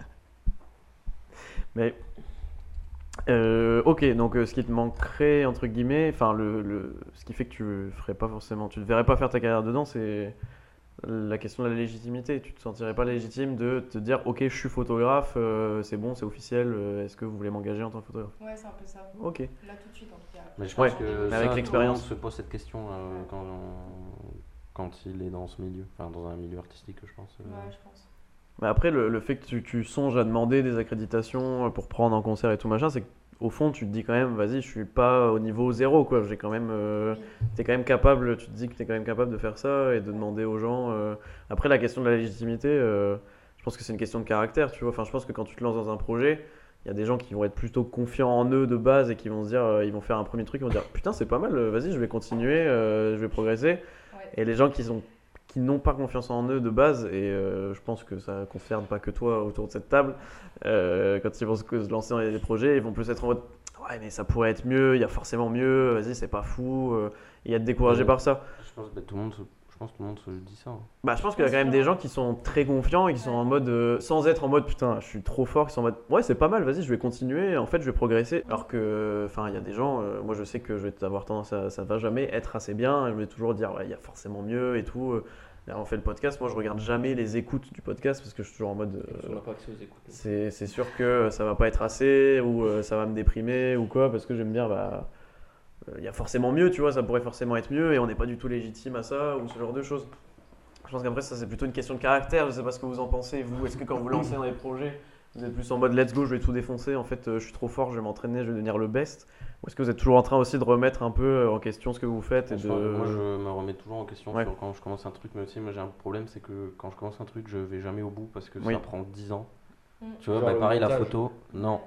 Speaker 2: Euh, ok, donc euh, ce qui te manquerait, entre guillemets, enfin, le, le- ce qui fait que tu ferais pas forcément, tu ne verrais pas faire ta carrière dedans, c'est la question de la légitimité. Tu te sentirais pas légitime de te dire, ok, je suis photographe, euh, c'est bon, c'est officiel, euh, est-ce que vous voulez m'engager en tant que photographe
Speaker 6: euh, Ouais, c'est un peu ça.
Speaker 2: Ok.
Speaker 6: Là tout de suite en tout cas.
Speaker 1: Mais je
Speaker 2: Ouais,
Speaker 1: pense que
Speaker 2: avec
Speaker 1: ça,
Speaker 2: l'expérience.
Speaker 1: tout le monde se pose cette question euh, quand, quand il est dans ce milieu, enfin dans un milieu artistique, je pense. euh.
Speaker 6: Ouais, je pense.
Speaker 2: Mais après, le, le fait que tu, tu songes à demander des accréditations euh, pour prendre en concert et tout machin, c'est qu'au fond, tu te dis quand même, vas-y, je suis pas au niveau zéro, quoi. J'ai quand même, euh, t'es quand même capable, tu te dis que t'es quand même capable de faire ça et de demander aux gens. euh. Après, la question de la légitimité, euh, je pense que c'est une question de caractère, tu vois. Enfin, je pense que quand tu te lances dans un projet, il y a des gens qui vont être plutôt confiants en eux de base et qui vont se dire, euh, ils vont faire un premier truc, ils vont dire, putain, c'est pas mal, euh, vas-y, je vais continuer, euh, je vais progresser.
Speaker 6: Ouais.
Speaker 2: Et les gens qui sont qui n'ont pas confiance en eux de base, et euh, je pense que ça concerne pas que toi autour de cette table, euh, quand ils vont se se lancer dans des projets, ils vont plus être en mode Ouais, mais ça pourrait être mieux, il y a forcément mieux, vas-y, c'est pas fou, euh, et à te décourager
Speaker 1: Ouais.
Speaker 2: par ça.
Speaker 1: Je pense que tout le monde, se- je pense que tout le monde se dit ça. hein.
Speaker 2: Bah, je pense qu'il y a quand même des gens qui sont très confiants et qui sont en mode, euh, sans être en mode putain, je suis trop fort, qui sont en mode ouais, c'est pas mal, vas-y, je vais continuer, en fait, je vais progresser. Alors que, enfin, il y a des gens, euh, moi je sais que je vais avoir tendance à, ça va jamais être assez bien, je vais toujours dire ouais, il y a forcément mieux et tout. euh, Là, on fait le podcast. Moi, je regarde jamais les écoutes du podcast parce que je suis toujours en mode. euh,
Speaker 3: On n'a pas accès aux écoutes.
Speaker 2: c'est c'est sûr que ça va pas être assez ou euh, ça va me déprimer ou quoi parce que je vais me dire bah euh, il y a forcément mieux tu vois ça pourrait forcément être mieux et on n'est pas du tout légitime à ça ou ce genre de choses je pense qu'après ça c'est plutôt une question de caractère je sais pas ce que vous en pensez vous est-ce que quand vous lancez dans les projets vous êtes plus en mode let's go je vais tout défoncer en fait euh, je suis trop fort je vais m'entraîner je vais devenir le best ou est-ce que vous êtes toujours en train aussi de remettre un peu euh, en question ce que vous faites et de
Speaker 1: Franchement, Moi, je me remets toujours en question
Speaker 2: Ouais.
Speaker 1: sur quand je commence un truc, même si moi j'ai un problème, c'est que quand je commence un truc, je vais jamais au bout parce que
Speaker 2: Oui.
Speaker 1: ça prend 10 ans.
Speaker 6: Mm.
Speaker 1: Tu vois,
Speaker 3: Genre
Speaker 1: bah,
Speaker 3: le
Speaker 1: pareil, la
Speaker 3: montage.
Speaker 1: photo, non.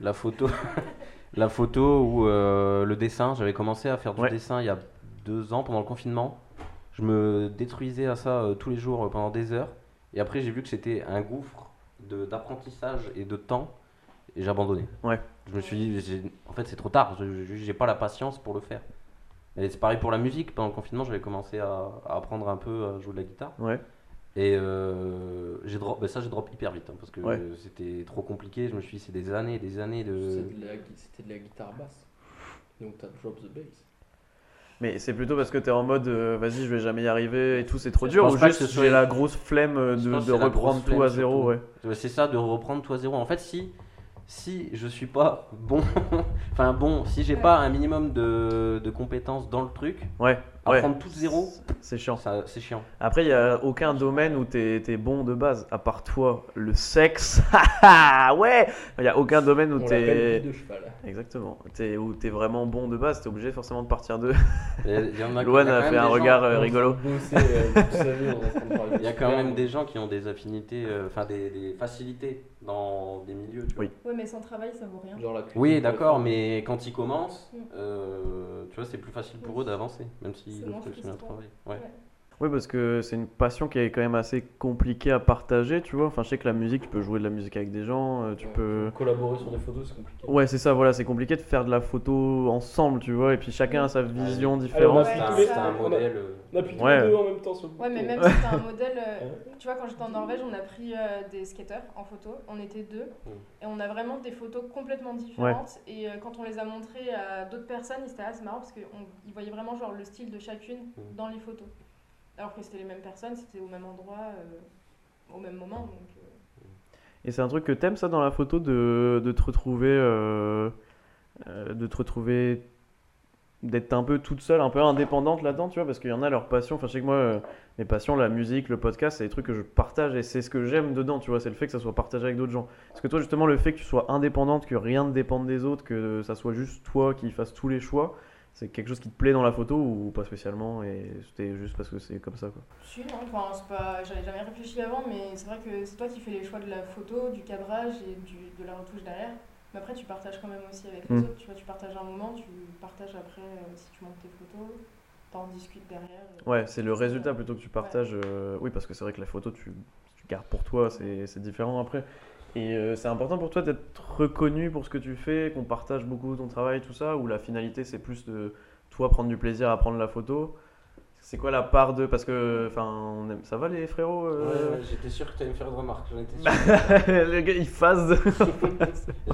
Speaker 1: La photo, [laughs] la photo ou euh, le dessin, j'avais commencé à faire du
Speaker 2: Ouais.
Speaker 1: dessin il y a deux ans pendant le confinement. Je me détruisais à ça euh, tous les jours euh, pendant des heures. Et après, j'ai vu que c'était un gouffre de- d'apprentissage et de temps. Et j'ai abandonné.
Speaker 2: Ouais.
Speaker 1: Je me suis dit, j'ai- en fait, c'est trop tard. Je- je- J'ai pas la patience pour le faire. Et c'est pareil pour la musique. Pendant le confinement, j'avais commencé à, à apprendre un peu à jouer de la guitare.
Speaker 2: Ouais.
Speaker 1: Et euh, j'ai drop, bah ça, j'ai drop hyper vite hein, parce que
Speaker 2: Ouais.
Speaker 1: euh, c'était trop compliqué. Je me suis dit, c'est des années et des années de.
Speaker 3: C'était de, la... gui- c'était de la guitare basse. Donc t'as drop the bass.
Speaker 2: mais c'est plutôt parce que tu es en mode euh, vas-y je vais jamais y arriver et tout c'est trop
Speaker 1: Je
Speaker 2: dur
Speaker 1: pense
Speaker 2: ou
Speaker 1: pas que
Speaker 2: juste
Speaker 1: ce soit-
Speaker 2: j'ai la grosse flemme euh,
Speaker 1: Je
Speaker 2: de,
Speaker 1: pense que c'est
Speaker 2: de
Speaker 1: la grosse
Speaker 2: reprendre tout
Speaker 1: flemme,
Speaker 2: à zéro
Speaker 1: surtout.
Speaker 2: ouais
Speaker 1: Euh, C'est ça, de reprendre toi zéro. En fait, si, si je suis pas bon, [laughs] enfin bon, si j'ai pas un minimum de, de compétences dans le truc,
Speaker 2: Ouais, ouais.
Speaker 1: apprendre tout zéro,
Speaker 2: C'est chiant.
Speaker 1: ça- c'est chiant.
Speaker 2: Après, il n'y a aucun domaine où t'es es bon de base, à part toi, le sexe. [laughs] Ah, ouais Il n'y a aucun domaine où
Speaker 3: On l'appelle
Speaker 2: t'es.
Speaker 3: bille de cheval.
Speaker 2: Exactement. T'es- où t'es vraiment bon de base, t'es obligé forcément de partir de.
Speaker 1: Et il y
Speaker 2: [laughs]
Speaker 1: en a- il y
Speaker 2: Loane
Speaker 1: quand
Speaker 2: a
Speaker 1: même
Speaker 2: fait un
Speaker 1: des gens-
Speaker 2: regard euh,
Speaker 3: On
Speaker 2: rigolo.
Speaker 3: s'est bossé, euh, toute sa vie, on est en train de parler de
Speaker 1: Il y a quand
Speaker 3: super,
Speaker 1: même
Speaker 3: mais-
Speaker 1: des gens qui ont des affinités, euh, enfin des, des facilités dans des milieux. Tu vois.
Speaker 2: Oui.
Speaker 6: Ouais, mais sans travail, ça vaut rien.
Speaker 3: Genre la cuisine,
Speaker 1: Oui,
Speaker 3: pour
Speaker 1: d'accord,
Speaker 3: le faire.
Speaker 1: mais quand ils commencent,
Speaker 6: Mm.
Speaker 1: euh, tu vois, c'est plus facile pour
Speaker 6: Oui.
Speaker 1: eux d'avancer, même si
Speaker 6: C'est
Speaker 1: le
Speaker 6: moins
Speaker 1: collectionneur
Speaker 6: frustrant.
Speaker 1: travaille. Ouais.
Speaker 2: Oui, parce que c'est une passion qui est quand même assez compliquée à partager, tu vois. Enfin, je sais que la musique, tu peux jouer de la musique avec des gens, euh, tu
Speaker 3: Ouais,
Speaker 2: peux.
Speaker 3: Collaborer sur des photos, c'est compliqué.
Speaker 2: Ouais, c'est ça, voilà, c'est compliqué de faire de la photo ensemble, tu vois, et puis chacun a sa vision
Speaker 3: on a
Speaker 2: différente.
Speaker 3: fait
Speaker 1: C'est un,
Speaker 6: Ouais,
Speaker 1: c'est un
Speaker 6: ça-
Speaker 1: modèle. euh,
Speaker 3: On a plus
Speaker 2: Ouais.
Speaker 3: de deux en même temps sur le
Speaker 6: Ouais, mais
Speaker 3: bouton.
Speaker 6: même si t'as un modèle, euh, tu vois, quand j'étais en Norvège, on a pris euh, des skateurs en photo, on était deux,
Speaker 1: Mm.
Speaker 6: et on a vraiment des photos complètement différentes. Et euh, quand on les a montrées à d'autres personnes, ils étaient assez marrants parce qu'ils voyaient vraiment genre le style de chacune
Speaker 1: Mm.
Speaker 6: dans les photos. Alors que c'était les mêmes personnes, c'était au même endroit, euh, au même moment. Donc, euh,
Speaker 2: Et c'est un truc que t'aimes ça dans la photo de, de te retrouver euh, euh, de te retrouver d'être un peu toute seule, un peu indépendante là-dedans, tu vois, parce qu'il y en a leur passion. Enfin, je sais que moi, euh, mes passions, la musique, le podcast, c'est des trucs que je partage et c'est ce que j'aime dedans, tu vois, c'est le fait que ça soit partagé avec d'autres gens. Parce que toi, justement, le fait que tu sois indépendante, que rien ne dépende des autres, que ça soit juste toi qui fasse tous les choix, c'est quelque chose qui te plaît dans la photo ou pas spécialement et c'était juste parce que c'est comme ça, quoi.
Speaker 6: Si, non, hein. enfin, c'est pas... j'avais jamais réfléchi avant, mais c'est vrai que c'est toi qui fais les choix de la photo, du cadrage et du... de la retouche derrière. Mais après, tu partages quand même aussi avec les
Speaker 2: Mm.
Speaker 6: autres. Tu vois, tu partages un moment, tu partages après euh, si tu montes tes photos, t'en discutes derrière. et-
Speaker 2: Ouais, c'est le résultat plutôt que tu partages. euh, oui, parce que c'est vrai que la photo, tu, tu gardes pour toi, c'est c'est différent après. Et euh, c'est important pour toi d'être reconnu pour ce que tu fais, qu'on partage beaucoup ton travail, tout ça, ou la finalité, c'est plus de toi prendre du plaisir à prendre la photo. C'est quoi la part de. Parce que. Enfin, on aime- ça va les frérots euh,
Speaker 1: Ouais, ouais, J'étais sûr que tu allais me faire une remarque. j'en
Speaker 2: [laughs]
Speaker 1: étais sûr.
Speaker 2: Le gars, il phase.
Speaker 1: j'écoute,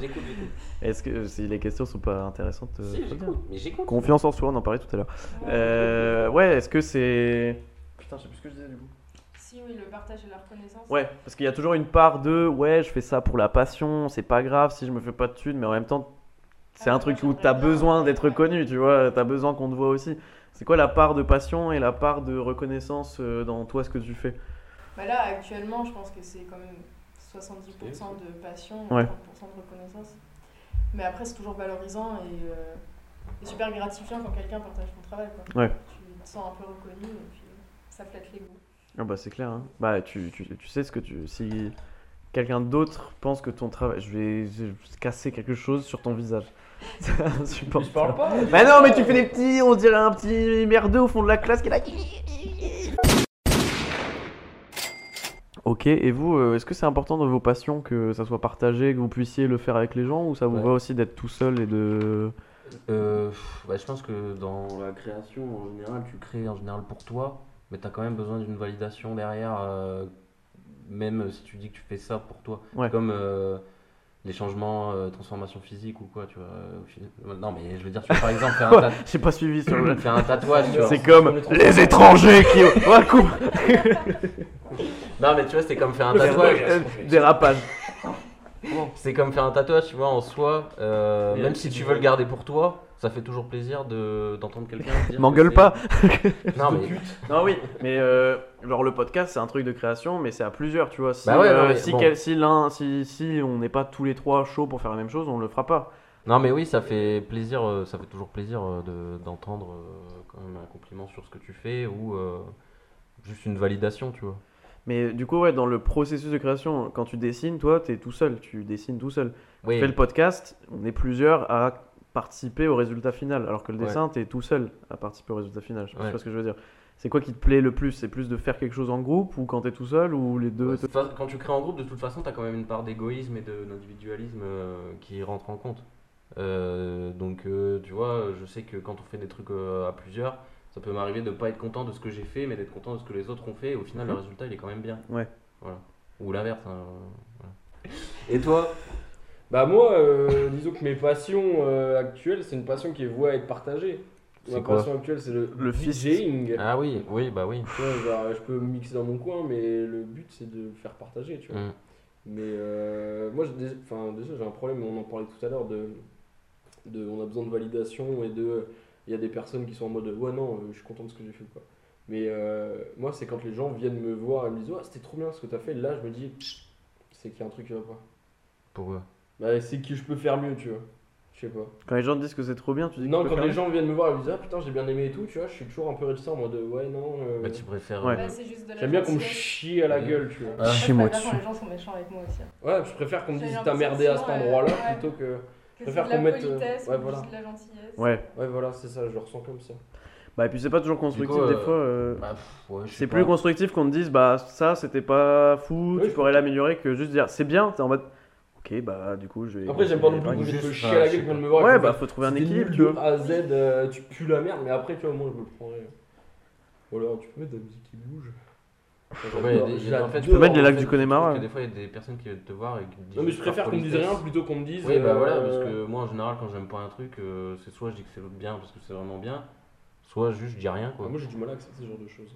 Speaker 1: j'écoute.
Speaker 2: [laughs] Est-ce que si les questions sont pas intéressantes euh,
Speaker 1: Si,
Speaker 2: faut dire.
Speaker 1: j'écoute, mais j'écoute.
Speaker 2: Confiance en soi, on en parlait tout à l'heure. Euh, ouais, est-ce que c'est. Putain, je sais plus ce que je disais du coup.
Speaker 6: Si, oui, le partage et la reconnaissance.
Speaker 2: Ouais, parce qu'il y a toujours une part de ouais, je fais ça pour la passion, c'est pas grave si je me fais pas de thunes, mais en même temps, c'est
Speaker 6: Ah,
Speaker 2: un
Speaker 6: ouais,
Speaker 2: truc
Speaker 6: moi,
Speaker 2: où
Speaker 6: j'aimerais
Speaker 2: t'as
Speaker 6: bien.
Speaker 2: besoin d'être connu, tu vois, t'as besoin qu'on te voit aussi. C'est quoi la part de passion et la part de reconnaissance euh, dans toi, ce que tu fais
Speaker 6: Bah là, actuellement, je pense que c'est quand même 70% de passion, et
Speaker 2: Ouais.
Speaker 6: 30% de reconnaissance. Mais après, c'est toujours valorisant et, euh, et super gratifiant quand quelqu'un partage ton travail. Quoi.
Speaker 2: Ouais.
Speaker 6: Tu te sens un peu reconnu et puis euh, ça flatte les goûts.
Speaker 2: Ah bah c'est clair, hein. bah tu, tu, tu sais ce que tu... Si quelqu'un d'autre pense que ton travail... Je vais, je vais casser quelque chose sur ton visage. [laughs] C'est
Speaker 3: Mais je parle
Speaker 2: insupportable.
Speaker 3: pas. je
Speaker 2: Bah
Speaker 3: parle
Speaker 2: non,
Speaker 3: pas.
Speaker 2: mais tu fais des petits, on dirait un petit merdeux au fond de la classe qui est là. Ok, et vous, euh, est-ce que c'est important dans vos passions que ça soit partagé, que vous puissiez le faire avec les gens, ou ça vous
Speaker 1: Ouais.
Speaker 2: va aussi d'être tout seul et de... [laughs]
Speaker 1: Euh, pff, bah, je pense que dans la création, en général, tu crées en général pour toi, mais tu as quand même besoin d'une validation derrière, euh, même si tu dis que tu fais ça pour toi.
Speaker 2: Ouais.
Speaker 1: Comme euh, les changements, euh, transformation physique ou quoi, tu vois. euh, au final- Non, mais je veux dire, tu vois, par exemple, faire un, ta-
Speaker 2: J'ai pas suivi
Speaker 1: [coughs]
Speaker 2: sur [laughs] le.
Speaker 1: faire un tatouage, tu vois.
Speaker 2: C'est comme les étrangers qui.
Speaker 1: [laughs]
Speaker 2: Oh, Ouais, coupe
Speaker 1: Non, mais tu vois, c'est comme faire un tatouage.
Speaker 2: Euh, Dérapage.
Speaker 1: C'est comme faire un tatouage, tu vois, en soi, euh,
Speaker 3: Et un
Speaker 1: même
Speaker 3: petit
Speaker 1: si tu
Speaker 3: duvet.
Speaker 1: veux le garder pour toi, ça fait toujours plaisir de- d'entendre quelqu'un dire que
Speaker 2: M'engueule
Speaker 1: c'est-
Speaker 2: pas
Speaker 1: [laughs] Non, mais
Speaker 2: Non, oui, mais euh, genre le podcast, c'est un truc de création, mais c'est à plusieurs, tu vois. Si,
Speaker 1: Bah ouais, non,
Speaker 2: euh,
Speaker 1: mais
Speaker 2: si,
Speaker 1: bon.
Speaker 2: quel- si l'un, si, si on n'est pas tous les trois chauds pour faire la même chose, on le fera pas.
Speaker 1: Non mais oui, ça fait plaisir, euh, ça fait toujours plaisir euh, de- d'entendre euh, quand même un compliment sur ce que tu fais ou euh, juste une validation, tu vois.
Speaker 2: Mais du coup, ouais, dans le processus de création, quand tu dessines, toi, t'es tout seul, tu dessines tout seul.
Speaker 1: Oui,
Speaker 2: Tu fais le podcast, on est plusieurs à participer au résultat final, alors que le
Speaker 1: Ouais.
Speaker 2: dessin, t'es tout seul à participer au résultat final. Je sais pas
Speaker 1: Ouais.
Speaker 2: ce que je veux dire. C'est quoi qui te plaît le plus C'est plus de faire quelque chose en groupe ou quand t'es tout seul ou les
Speaker 1: Ouais,
Speaker 2: deux te-
Speaker 1: de toute façon, quand tu crées en groupe, de toute façon, tu as quand même une part d'égoïsme et de- d'individualisme euh, qui rentre en compte. Euh, donc, euh, tu vois, je sais que quand on fait des trucs euh, à plusieurs, ça peut m'arriver de pas être content de ce que j'ai fait, mais d'être content de ce que les autres ont fait. Et au final, le résultat, il est quand même bien.
Speaker 2: Ouais.
Speaker 1: Voilà. Ou l'inverse. hein, euh, voilà. Et toi
Speaker 3: Bah moi, euh, disons que mes passions euh, actuelles, c'est une passion qui est vouée à être partagée.
Speaker 1: C'est
Speaker 3: Ma
Speaker 1: quoi
Speaker 3: passion actuelle, c'est le,
Speaker 2: Le fist.
Speaker 3: DJing.
Speaker 1: Ah oui, oui, bah oui.
Speaker 3: Tu vois, genre, je peux me mixer dans mon coin, mais le but, c'est de le faire partager, tu vois.
Speaker 1: Mm.
Speaker 3: Mais euh, moi, j'ai déjà, enfin, déjà, j'ai un problème, on en parlait tout à l'heure, de, de, on a besoin de validation et de... Il y a des personnes qui sont en mode « Ouais, non, euh, je suis content de ce que j'ai fait. » quoi. Mais euh, moi, c'est quand les gens viennent me voir et me disent « Ouais, c'était trop bien ce que t'as fait. » Là, je me dis « C'est qu'il y a un truc qui va pas.
Speaker 1: Pour eux.
Speaker 3: Bah, c'est que je peux faire mieux, tu vois. Je sais pas.
Speaker 2: Quand les gens te disent que c'est trop bien, tu dis que
Speaker 3: Non,
Speaker 2: tu peux
Speaker 3: quand
Speaker 2: faire
Speaker 3: les gens viennent me voir et me disent Ah putain, j'ai bien aimé et tout, tu vois, je suis toujours un peu réticent en mode Ouais, non. euh,
Speaker 1: Bah, tu préfères.
Speaker 2: Ouais.
Speaker 6: Bah, c'est juste de la
Speaker 3: J'aime bien qu'on me
Speaker 6: gentillesse.
Speaker 3: chie à la
Speaker 1: Ouais.
Speaker 3: gueule, tu vois.
Speaker 1: Ah.
Speaker 6: Moi, je
Speaker 2: Chie-moi
Speaker 6: préfère quand
Speaker 2: dessus.
Speaker 6: Les gens sont méchants avec moi aussi. hein.
Speaker 3: Ouais, je préfère qu'on me
Speaker 6: J'ai
Speaker 3: dise T'as
Speaker 6: l'impression,
Speaker 3: merdé à cet
Speaker 6: euh,
Speaker 3: endroit-là
Speaker 6: ouais.
Speaker 3: plutôt que.
Speaker 6: Que c'est
Speaker 3: préfère
Speaker 6: de la
Speaker 3: qu'on mette, euh,
Speaker 6: politesse,
Speaker 3: ouais,
Speaker 6: ou
Speaker 3: voilà.
Speaker 6: juste de la gentillesse.
Speaker 2: Ouais.
Speaker 3: Ouais, voilà, c'est ça, je le ressens comme ça.
Speaker 2: Bah et puis c'est pas toujours constructif
Speaker 1: coup,
Speaker 2: des
Speaker 1: euh,
Speaker 2: fois. euh,
Speaker 1: Bah, pff, ouais, je sais
Speaker 2: c'est
Speaker 1: pas.
Speaker 2: plus constructif qu'on te dise bah ça c'était pas fou,
Speaker 3: Oui,
Speaker 2: tu
Speaker 3: je-
Speaker 2: pourrais l'améliorer que juste dire c'est bien, t'es en mode ok bah du coup je vais.
Speaker 3: Après, j'aime pas non plus
Speaker 2: Ouais, bah,
Speaker 3: qu'on
Speaker 1: juste,
Speaker 3: vienne me chier
Speaker 1: ouais,
Speaker 3: à la
Speaker 1: je sais
Speaker 3: gueule quand
Speaker 1: pas.
Speaker 3: ils me voir.
Speaker 2: Ouais bah faut trouver un
Speaker 3: C'était
Speaker 2: équilibre
Speaker 3: nul
Speaker 2: tu
Speaker 3: De
Speaker 2: vois.
Speaker 3: A à Z, euh, tu pues la merde, mais après, tu vois, au moins, je me le prendrai. Voilà, tu peux mettre de la musique qui bouge.
Speaker 1: Ouais, il y a des- il y a des- en fait,
Speaker 3: J'adore.
Speaker 1: tu
Speaker 2: peux mettre les lacs
Speaker 1: en fait,
Speaker 2: du
Speaker 1: je trouve
Speaker 2: Connemara.
Speaker 1: que Des fois, il y a des personnes qui viennent te voir et qui te disent.
Speaker 3: hein. Non, mais je préfère qu'on me dise
Speaker 1: politesse.
Speaker 3: rien plutôt qu'on me dise.
Speaker 1: Oui, bah
Speaker 3: euh,
Speaker 1: voilà, parce que moi en général, quand j'aime pas un truc, euh, c'est soit je dis que c'est bien parce que c'est vraiment bien, soit juste je dis rien
Speaker 3: Ah,
Speaker 1: quoi.
Speaker 3: moi j'ai du mal à accepter ce genre de choses.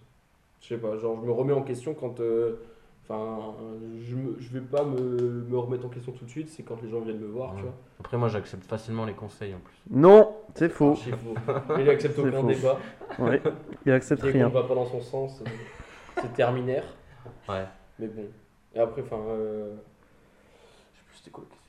Speaker 3: Je sais pas, genre je me remets en question quand. euh, Enfin, je, me- je vais pas me, me remettre en question tout de suite, c'est quand les gens viennent me voir,
Speaker 1: Ouais.
Speaker 3: tu vois.
Speaker 1: Après, moi j'accepte facilement les conseils en plus.
Speaker 2: Non c'est faux.
Speaker 3: C'est faux. Il accepte
Speaker 2: C'est
Speaker 3: aucun
Speaker 2: faux.
Speaker 3: débat. [laughs]
Speaker 2: Ouais. Il accepte
Speaker 3: Dès qu'on
Speaker 2: rien.
Speaker 3: va pas dans son sens, euh, c'est terminaire.
Speaker 1: Ouais.
Speaker 3: Mais bon. Et après, enfin. euh, Je sais plus c'était quoi la question.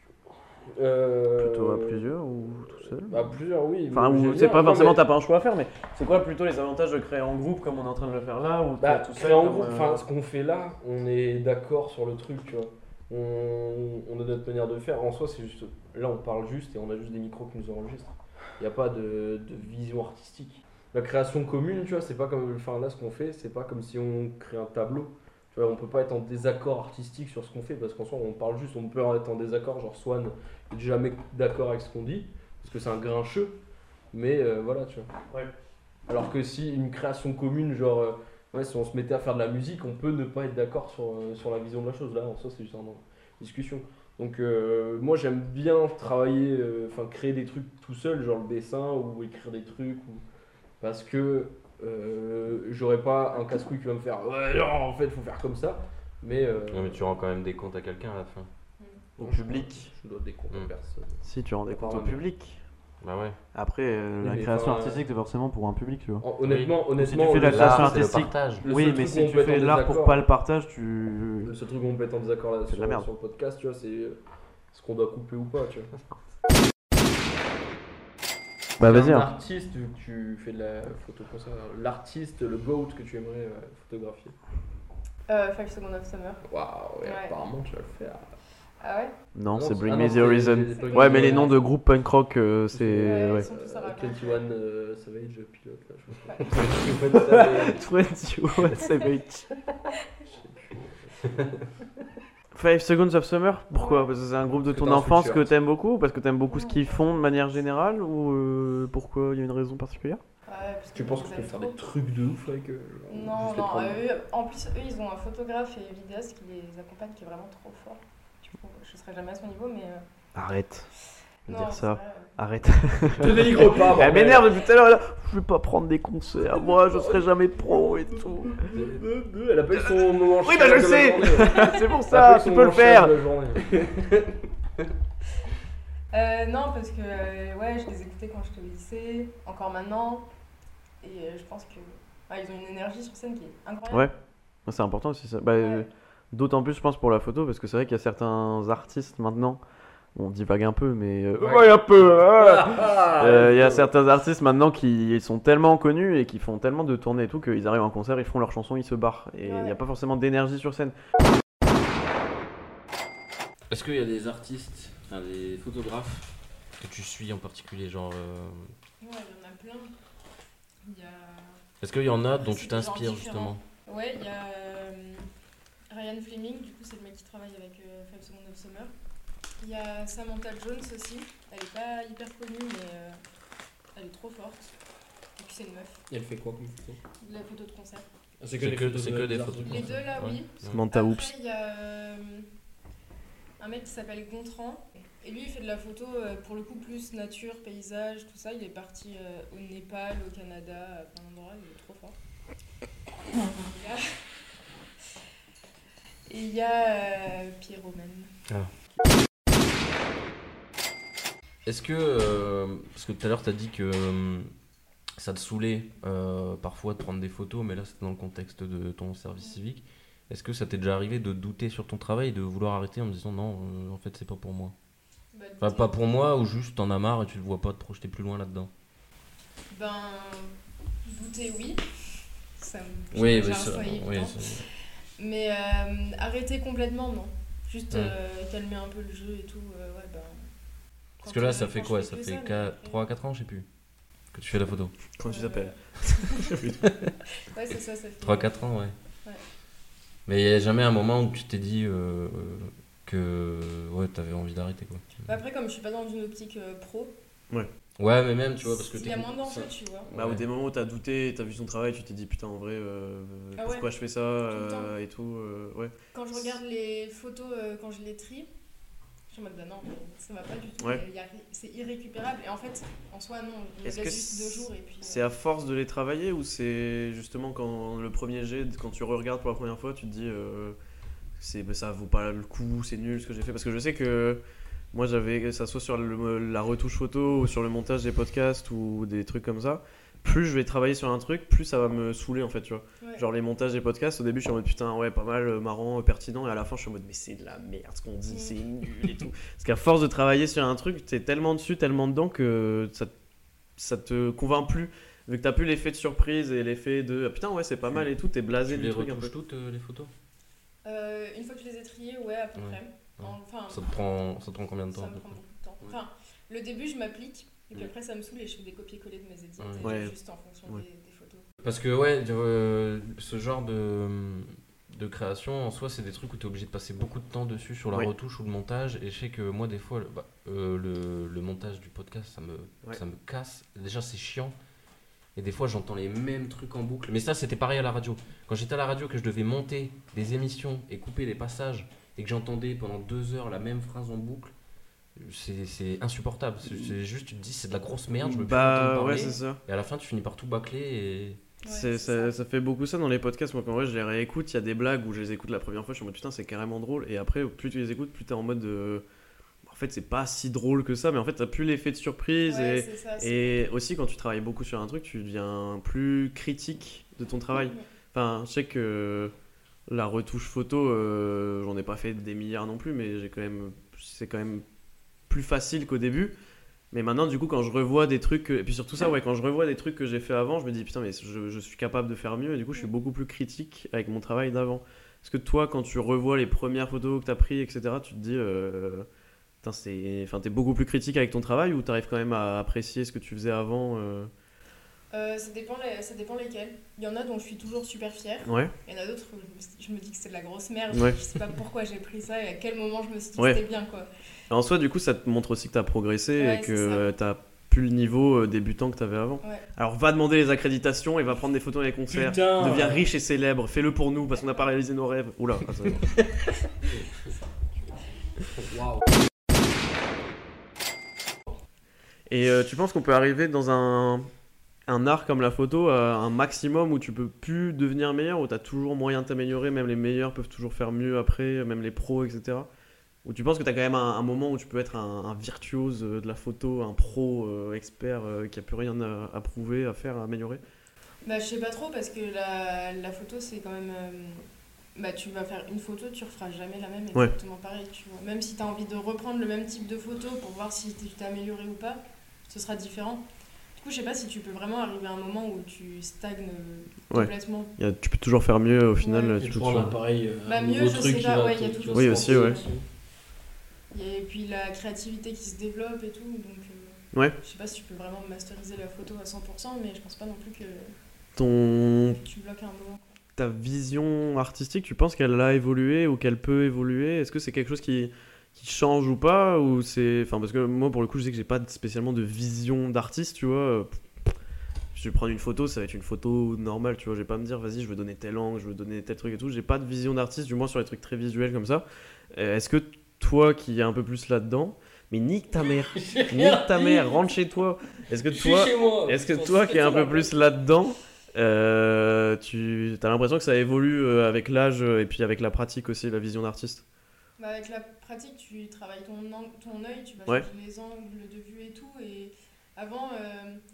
Speaker 3: Euh, Bah,
Speaker 2: Plutôt à plusieurs ou tout seul.
Speaker 3: À plusieurs, oui.
Speaker 2: Enfin
Speaker 3: mais
Speaker 2: ou
Speaker 3: j'aime
Speaker 2: c'est
Speaker 3: bien.
Speaker 2: pas
Speaker 3: Non,
Speaker 2: forcément
Speaker 3: mais-
Speaker 2: t'as pas un choix à faire mais c'est quoi plutôt les avantages de créer en groupe comme on est en train de le faire là ou
Speaker 3: Bah,
Speaker 2: tout euh,
Speaker 3: créer en groupe, enfin, ce qu'on fait là, on est d'accord sur le truc, tu vois. On, on a notre manière de faire. En soi, c'est juste. Là, on parle juste et on a juste des micros qui nous enregistrent. Il n'y a pas de, de vision artistique. La création commune, tu vois, c'est pas comme. Enfin, là, ce qu'on fait, c'est pas comme si on crée un tableau. Tu vois, on peut pas être en désaccord artistique sur ce qu'on fait parce qu'en soi, on parle juste. On peut être en désaccord, genre Swan est jamais d'accord avec ce qu'on dit parce que c'est un grincheux. Mais euh, voilà, tu vois.
Speaker 2: Ouais.
Speaker 3: Alors que si une création commune, genre. euh, Ouais, si on se mettait à faire de la musique, on peut ne pas être d'accord sur, euh, sur la vision de la chose. Là, en soi, c'est juste une discussion. Donc, euh, moi, j'aime bien travailler, euh, enfin, créer des trucs tout seul, genre le dessin ou écrire des trucs. Ou... Parce que euh, j'aurais pas un casse-couille qui va me faire Ouais, non, en fait, faut faire comme ça. Mais. euh,
Speaker 1: Non, mais tu rends quand même des comptes à quelqu'un à la fin.
Speaker 3: non,
Speaker 2: au
Speaker 3: je-
Speaker 2: public.
Speaker 3: Je dois des comptes à
Speaker 1: Mm.
Speaker 3: personne.
Speaker 2: Si tu rendais compte au
Speaker 3: Apparemment.
Speaker 2: public.
Speaker 1: Bah ouais.
Speaker 2: Après euh,
Speaker 3: Oui,
Speaker 2: la
Speaker 3: mais
Speaker 2: création
Speaker 3: enfin, euh,
Speaker 2: artistique c'est forcément pour un public tu vois.
Speaker 3: En- honnêtement, honnêtement.
Speaker 2: fais de la
Speaker 3: le-
Speaker 2: création
Speaker 1: L'art, c'est le
Speaker 2: artistique.
Speaker 1: partage.
Speaker 3: le
Speaker 2: Oui
Speaker 3: seul
Speaker 2: mais
Speaker 3: truc
Speaker 2: si
Speaker 3: où on
Speaker 2: tu
Speaker 3: peut être
Speaker 2: fais
Speaker 3: en
Speaker 2: l'art pour
Speaker 3: désaccord-
Speaker 2: pas le partage tu
Speaker 3: Le seul truc où on peut être en désaccord là,
Speaker 2: C'est de
Speaker 3: sur,
Speaker 2: la merde.
Speaker 3: sur le podcast, tu vois, c'est euh, ce qu'on doit couper ou pas, tu vois.
Speaker 2: Bah vas-y.
Speaker 3: Un
Speaker 2: hein.
Speaker 3: artiste, vu que tu fais de la photo comme ça, l'artiste, le GOAT que tu aimerais euh, photographier.
Speaker 6: Euh, Five Seconds of Summer.
Speaker 3: Waouh, ouais,
Speaker 6: Ouais.
Speaker 3: apparemment tu vas le faire.
Speaker 6: Ah ouais
Speaker 2: Non,
Speaker 3: Non,
Speaker 2: c'est
Speaker 3: c'est-
Speaker 2: Bring
Speaker 3: ah
Speaker 2: Me
Speaker 3: non,
Speaker 2: The
Speaker 3: c'est-
Speaker 2: Horizon.
Speaker 3: c'est Bring
Speaker 2: Ouais,
Speaker 3: Me
Speaker 2: mais
Speaker 3: The
Speaker 2: les
Speaker 3: Horizon.
Speaker 2: noms de groupes punk rock, euh, c'est.
Speaker 6: Ouais,
Speaker 2: Ouais.
Speaker 6: Ils sont tous à
Speaker 3: Euh,
Speaker 6: raconter.
Speaker 3: 21 euh, Savage, pilote, là, je [laughs] pense. Ouais, Savage.
Speaker 6: [laughs]
Speaker 2: 21 Savage. 5 Seconds of Summer Pourquoi Parce que c'est un groupe de
Speaker 3: Parce que
Speaker 2: ton
Speaker 3: t'as un
Speaker 2: enfance que
Speaker 3: sweatshirt.
Speaker 2: t'aimes beaucoup ou Parce que t'aimes beaucoup ce qu'ils font de manière générale Ou euh, pourquoi il y a une raison particulière
Speaker 6: Ouais, parce
Speaker 3: tu
Speaker 6: que
Speaker 3: penses que tu
Speaker 6: ils
Speaker 3: peux
Speaker 6: aiment
Speaker 3: faire
Speaker 6: trop.
Speaker 3: des trucs de ouf avec eux genre,
Speaker 6: Non,
Speaker 3: juste les [laughs]
Speaker 6: non, euh,
Speaker 3: prendre.
Speaker 6: eux, en plus, eux, ils ont un photographe et une vidéaste qui les accompagne qui est vraiment trop fort. Tu Bon, je serai jamais à son niveau, mais. euh,
Speaker 2: Arrête, de
Speaker 6: non,
Speaker 2: dire
Speaker 6: c'est
Speaker 2: ça.
Speaker 6: vrai, euh,
Speaker 2: arrête.
Speaker 3: Te
Speaker 2: [laughs]
Speaker 3: dénigre pas,
Speaker 2: Elle
Speaker 3: bordel.
Speaker 2: m'énerve depuis tout à l'heure. elle est là, Je vais pas prendre des concerts, moi je serai jamais pro et tout. [laughs]
Speaker 3: Elle appelle son moment
Speaker 2: Oui,
Speaker 3: chef
Speaker 2: bah, je
Speaker 3: de
Speaker 2: le
Speaker 3: la
Speaker 2: sais.
Speaker 3: journée.
Speaker 2: C'est pour
Speaker 3: Elle
Speaker 2: ça,
Speaker 3: appelle son
Speaker 2: tu peux le
Speaker 3: moment chef
Speaker 2: faire.
Speaker 3: de la journée.
Speaker 6: Euh, non, parce que euh, ouais, je les écoutais quand j'étais au lycée, encore maintenant. Et euh, je pense que ouais, ils ont une énergie sur scène qui est incroyable.
Speaker 2: Ouais, c'est important aussi ça. Bah, euh,
Speaker 6: Ouais.
Speaker 2: D'autant plus, je pense, pour la photo, parce que c'est vrai qu'il y a certains artistes maintenant. On divague un peu, mais. euh,
Speaker 3: Ouais.
Speaker 2: ouais, un peu. hein.
Speaker 3: Ah,
Speaker 2: Euh, Il y a certains artistes maintenant qui sont tellement connus et qui font tellement de tournées et tout qu'ils arrivent en concert, ils font leurs chansons, ils se barrent. Et il n'y a
Speaker 6: Ouais.
Speaker 2: pas forcément d'énergie sur scène.
Speaker 1: Est-ce qu'il y a des artistes, enfin, des photographes que tu suis en particulier genre euh,
Speaker 6: Ouais, il y en a plein. Il y a...
Speaker 1: Est-ce qu'il y en a dont tu
Speaker 6: C'est des gens
Speaker 1: t'inspires
Speaker 6: différents.
Speaker 1: justement
Speaker 6: Ouais, il y a euh, Ryan Fleming, du coup c'est le mec qui travaille avec euh, Five Seconds of Summer. Il y a Samantha Jones aussi, elle est pas hyper connue mais euh, elle est trop forte. Et puis c'est une meuf,
Speaker 3: Elle fait quoi comme photo
Speaker 6: de la photo de concert.
Speaker 3: C'est
Speaker 1: Ah, que des photos de- des artistes.
Speaker 6: Les deux là,
Speaker 1: Ouais.
Speaker 6: oui.
Speaker 2: Manta Oups.
Speaker 6: Après, il y a euh, un mec qui s'appelle Gontran. Et lui, il fait de la photo, euh, pour le coup, plus nature, paysage, tout ça. Il est parti euh, au Népal, au Canada, à plein d'endroits. Il est trop fort. Et il y a euh, Pierre Romaine.
Speaker 1: Est-ce que euh, parce que tout à l'heure t'as dit que euh, ça te saoulait euh, parfois de prendre des photos, mais là c'était dans le contexte de ton service civique. Est-ce que ça t'est déjà arrivé de douter sur ton travail, de vouloir arrêter en me disant non, euh, en fait c'est pas pour moi.
Speaker 6: Bah,
Speaker 1: Enfin pas pour moi ou juste t'en as marre et tu ne vois pas te projeter plus loin là-dedans.
Speaker 6: Ben, douter, oui. Ça me
Speaker 1: Oui,
Speaker 6: j'ai
Speaker 1: oui,
Speaker 6: un
Speaker 1: ça-
Speaker 6: soin
Speaker 1: oui,
Speaker 6: évident.
Speaker 1: ça-
Speaker 6: Mais euh, arrêter complètement, non. Juste
Speaker 1: Ouais.
Speaker 6: euh, calmer un peu le jeu et tout. euh, ouais, ben,
Speaker 1: Parce
Speaker 6: quand
Speaker 1: que là
Speaker 6: on-
Speaker 1: ça
Speaker 6: quand
Speaker 1: fait
Speaker 6: je
Speaker 1: quoi
Speaker 6: fais
Speaker 1: Ça
Speaker 6: que
Speaker 1: fait
Speaker 6: mais
Speaker 1: 4,
Speaker 6: après-
Speaker 1: 3 4 ans, je sais plus. Que tu fais la photo.
Speaker 2: Comment tu
Speaker 6: Euh,
Speaker 2: t'appelles
Speaker 6: [laughs] Ouais, c'est ça, ça fait.
Speaker 1: 3-4 ans, ouais.
Speaker 6: Ouais.
Speaker 1: Mais il n'y a jamais un moment où tu t'es dit euh, euh, que ouais, t'avais envie d'arrêter quoi.
Speaker 6: Bah Après, comme je suis pas dans une optique euh, pro,
Speaker 1: Ouais, mais même, tu vois, parce que
Speaker 6: il y
Speaker 1: t'es-
Speaker 6: a moins d'enjeux,
Speaker 1: ça-
Speaker 6: tu vois.
Speaker 2: Bah, Au
Speaker 1: Ouais.
Speaker 2: des moments où t'as douté, t'as vu son travail, tu t'es dit putain, en vrai, euh,
Speaker 6: Ah ouais.
Speaker 2: pourquoi je fais ça
Speaker 6: le temps.
Speaker 2: euh, et tout. euh, ouais.
Speaker 6: Quand je regarde les photos, euh, quand je les trie, je suis en mode, bah non, mais ça va pas du tout.
Speaker 2: Ouais.
Speaker 6: il y a- C'est irrécupérable. Et en fait, en soi, non, on les
Speaker 2: Est-ce
Speaker 6: laisse
Speaker 2: que
Speaker 6: juste deux
Speaker 2: c'est-
Speaker 6: jours et puis. euh,
Speaker 2: C'est à force de les travailler ou c'est justement quand le premier jet, quand tu regardes pour la première fois, tu te dis euh, c'est bah, ça vaut pas le coup, c'est nul ce que j'ai fait parce que je sais que moi j'avais ça soit sur le- la retouche photo ou sur le montage des podcasts ou des trucs comme ça. Plus je vais travailler sur un truc, plus ça va me saouler en fait, tu vois.
Speaker 6: ouais.
Speaker 2: Genre les montages des podcasts, au début je suis en mode putain, ouais, pas mal, euh, marrant, euh, pertinent, et à la fin je suis en mode mais c'est de la merde ce qu'on dit,
Speaker 6: Mm.
Speaker 2: c'est nul et tout. Parce qu'à force de travailler sur un truc, t'es tellement dessus, tellement dedans que ça, ça te convainc plus. Vu que t'as plus l'effet de surprise et l'effet de ah, putain, ouais, c'est pas mal et tout, t'es
Speaker 1: Tu
Speaker 2: blasé
Speaker 1: les
Speaker 2: du truc un
Speaker 1: retouches
Speaker 2: peu.
Speaker 1: toutes euh, les photos
Speaker 6: Euh, une fois que je les ai triés, ouais, à peu
Speaker 1: Ouais.
Speaker 6: près. Enfin,
Speaker 1: ça te, prend, ça te prend combien de temps
Speaker 6: ça
Speaker 1: à
Speaker 6: me
Speaker 1: peu
Speaker 6: prend
Speaker 1: près
Speaker 6: beaucoup de temps. Enfin, le début, je m'applique. Et puis
Speaker 1: Ouais.
Speaker 6: après, ça me saoule et je fais des copier-coller de mes édits,
Speaker 1: Ouais.
Speaker 6: euh,
Speaker 2: Ouais.
Speaker 6: juste en fonction
Speaker 2: Ouais.
Speaker 6: des, des photos.
Speaker 1: Parce que, ouais, euh, ce genre de, de création, en soi, c'est des trucs où tu es obligé de passer beaucoup de temps dessus sur la
Speaker 2: Ouais.
Speaker 1: retouche ou le montage. Et je sais que moi, des fois, le, bah, euh, le, le montage du podcast, ça me,
Speaker 2: Ouais.
Speaker 1: ça me casse. Déjà, c'est chiant. Et des fois, j'entends les mêmes trucs en boucle. Mais ça, c'était pareil à la radio. Quand j'étais à la radio, que je devais monter des émissions et couper les passages, et que j'entendais pendant deux heures la même phrase en boucle, c'est c'est insupportable. C'est- C'est juste, tu te dis, c'est de la grosse merde. Je veux plus
Speaker 2: bah
Speaker 1: entendre
Speaker 2: ouais,
Speaker 1: parler.
Speaker 2: c'est ça.
Speaker 1: Et à la fin, tu finis par tout bâcler et.
Speaker 6: Ouais,
Speaker 2: C'est-
Speaker 6: c'est
Speaker 2: ça,
Speaker 6: ça.
Speaker 2: ça fait beaucoup ça dans les podcasts. Moi, quand ouais, je les réécoute, il y a des blagues où je les écoute la première fois, je suis en mode putain, c'est carrément drôle. Et après, plus tu les écoutes, plus t'es en mode euh, en fait, c'est pas si drôle que ça, mais en fait, t'as plus l'effet de surprise.
Speaker 6: Ouais,
Speaker 2: et
Speaker 6: c'est ça, c'est-
Speaker 2: Et aussi, quand tu travailles beaucoup sur un truc, tu deviens plus critique de ton travail. Enfin, je sais que la retouche photo, euh, j'en ai pas fait des milliards non plus, mais j'ai quand même, c'est quand même plus facile qu'au début. Mais maintenant, du coup, quand je revois des trucs, que- et puis surtout ça, ouais, quand je revois des trucs que j'ai fait avant, je me dis putain, mais je, je suis capable de faire mieux. Et du coup, je suis beaucoup plus critique avec mon travail d'avant. Parce que toi, quand tu revois les premières photos que t'as prises, etc., tu te dis, euh, putain, c'est, enfin, t'es beaucoup plus critique avec ton travail ou t'arrives quand même à apprécier ce que tu faisais avant. euh
Speaker 6: Euh, ça, dépend les- ça dépend lesquels. Il y en a dont je suis toujours super fière.
Speaker 2: Ouais.
Speaker 6: Il y en a d'autres où je me suis- je me dis que c'est de la grosse merde.
Speaker 2: Ouais.
Speaker 6: Je sais pas pourquoi j'ai pris ça et à quel moment je me suis dit
Speaker 2: Ouais.
Speaker 6: que c'était bien quoi.
Speaker 2: En soi, du coup, ça te montre aussi que t'as progressé
Speaker 6: Ouais,
Speaker 2: et
Speaker 6: c'est
Speaker 2: que t'as plus le niveau euh, débutant que t'avais avant.
Speaker 6: Ouais.
Speaker 2: Alors, va demander les accréditations et va prendre des photos dans les concerts.
Speaker 3: Putain
Speaker 2: Deviens riche et célèbre, fais-le pour nous parce qu'on n'a pas réalisé nos rêves. Oula, ah, ça-
Speaker 3: Waouh.
Speaker 2: Et euh, tu penses qu'on peut arriver dans un, un art comme la photo à un maximum où tu peux plus devenir meilleur, où tu as toujours moyen de t'améliorer, même les meilleurs peuvent toujours faire mieux après, même les pros, etc. Ou tu penses que tu as quand même un, un moment où tu peux être un, un virtuose euh, de la photo, un pro euh, expert euh, qui a plus rien à, à prouver, à faire, à améliorer
Speaker 6: Bah, je sais pas trop parce que la, la photo, c'est quand même. euh, bah, tu vas faire une photo, tu referas jamais la même
Speaker 2: Ouais.
Speaker 6: exactement pareil. Tu vois. Même si tu as envie de reprendre le même type de photo pour voir si tu t'es amélioré ou pas, ce sera différent. Du coup, je sais pas si tu peux vraiment arriver à un moment où tu stagnes euh,
Speaker 2: Ouais.
Speaker 6: complètement.
Speaker 2: Il y a- Tu peux toujours faire mieux au final.
Speaker 6: Ouais.
Speaker 2: euh,
Speaker 3: Tu
Speaker 2: tu peux
Speaker 3: prends un
Speaker 2: toujours-
Speaker 3: appareil, euh,
Speaker 6: Bah,
Speaker 3: un
Speaker 6: mieux,
Speaker 3: nouveau
Speaker 6: je
Speaker 3: truc
Speaker 6: sais
Speaker 3: qui
Speaker 6: pas,
Speaker 3: va
Speaker 6: ouais,
Speaker 3: te-
Speaker 6: y a
Speaker 3: qui va
Speaker 6: toujours
Speaker 3: te
Speaker 2: Oui,
Speaker 3: lancer
Speaker 2: aussi, ouais.
Speaker 3: dessus.
Speaker 6: Et puis la créativité qui se développe et tout. Donc, euh,
Speaker 2: Ouais.
Speaker 6: je sais pas si tu peux vraiment masteriser la photo à 100%, mais je pense pas non plus que
Speaker 2: Ton
Speaker 6: tu bloques à un moment.
Speaker 2: ta vision artistique, tu penses qu'elle a évolué ou qu'elle peut évoluer Est-ce que c'est quelque chose qui, qui change ou pas ou c'est enfin parce que moi pour le coup je sais que j'ai pas spécialement de vision d'artiste, tu vois. euh, Je vais prendre une photo, ça va être une photo normale, tu vois. Je vais pas me dire, vas-y, je veux donner tel angle, je veux donner tel truc et tout. J'ai pas de vision d'artiste, du moins sur les trucs très visuels comme ça. Euh, Est-ce que toi qui es un peu plus là-dedans, mais nique ta
Speaker 3: [laughs]
Speaker 2: mère, nique ta mère, rentre chez toi. Est-ce que
Speaker 3: Je suis
Speaker 2: toi,
Speaker 3: chez moi.
Speaker 2: est-ce que
Speaker 3: Putain,
Speaker 2: toi
Speaker 3: c'est
Speaker 2: qui es un peu
Speaker 3: étonnant.
Speaker 2: plus là-dedans, euh, tu as l'impression que ça évolue euh, avec l'âge euh, et puis avec la pratique aussi, la vision d'artiste
Speaker 6: Bah, avec la pratique, tu travailles ton, ang- ton œil, tu vas
Speaker 2: Ouais.
Speaker 6: changer les angles de vue et tout. Et avant, euh,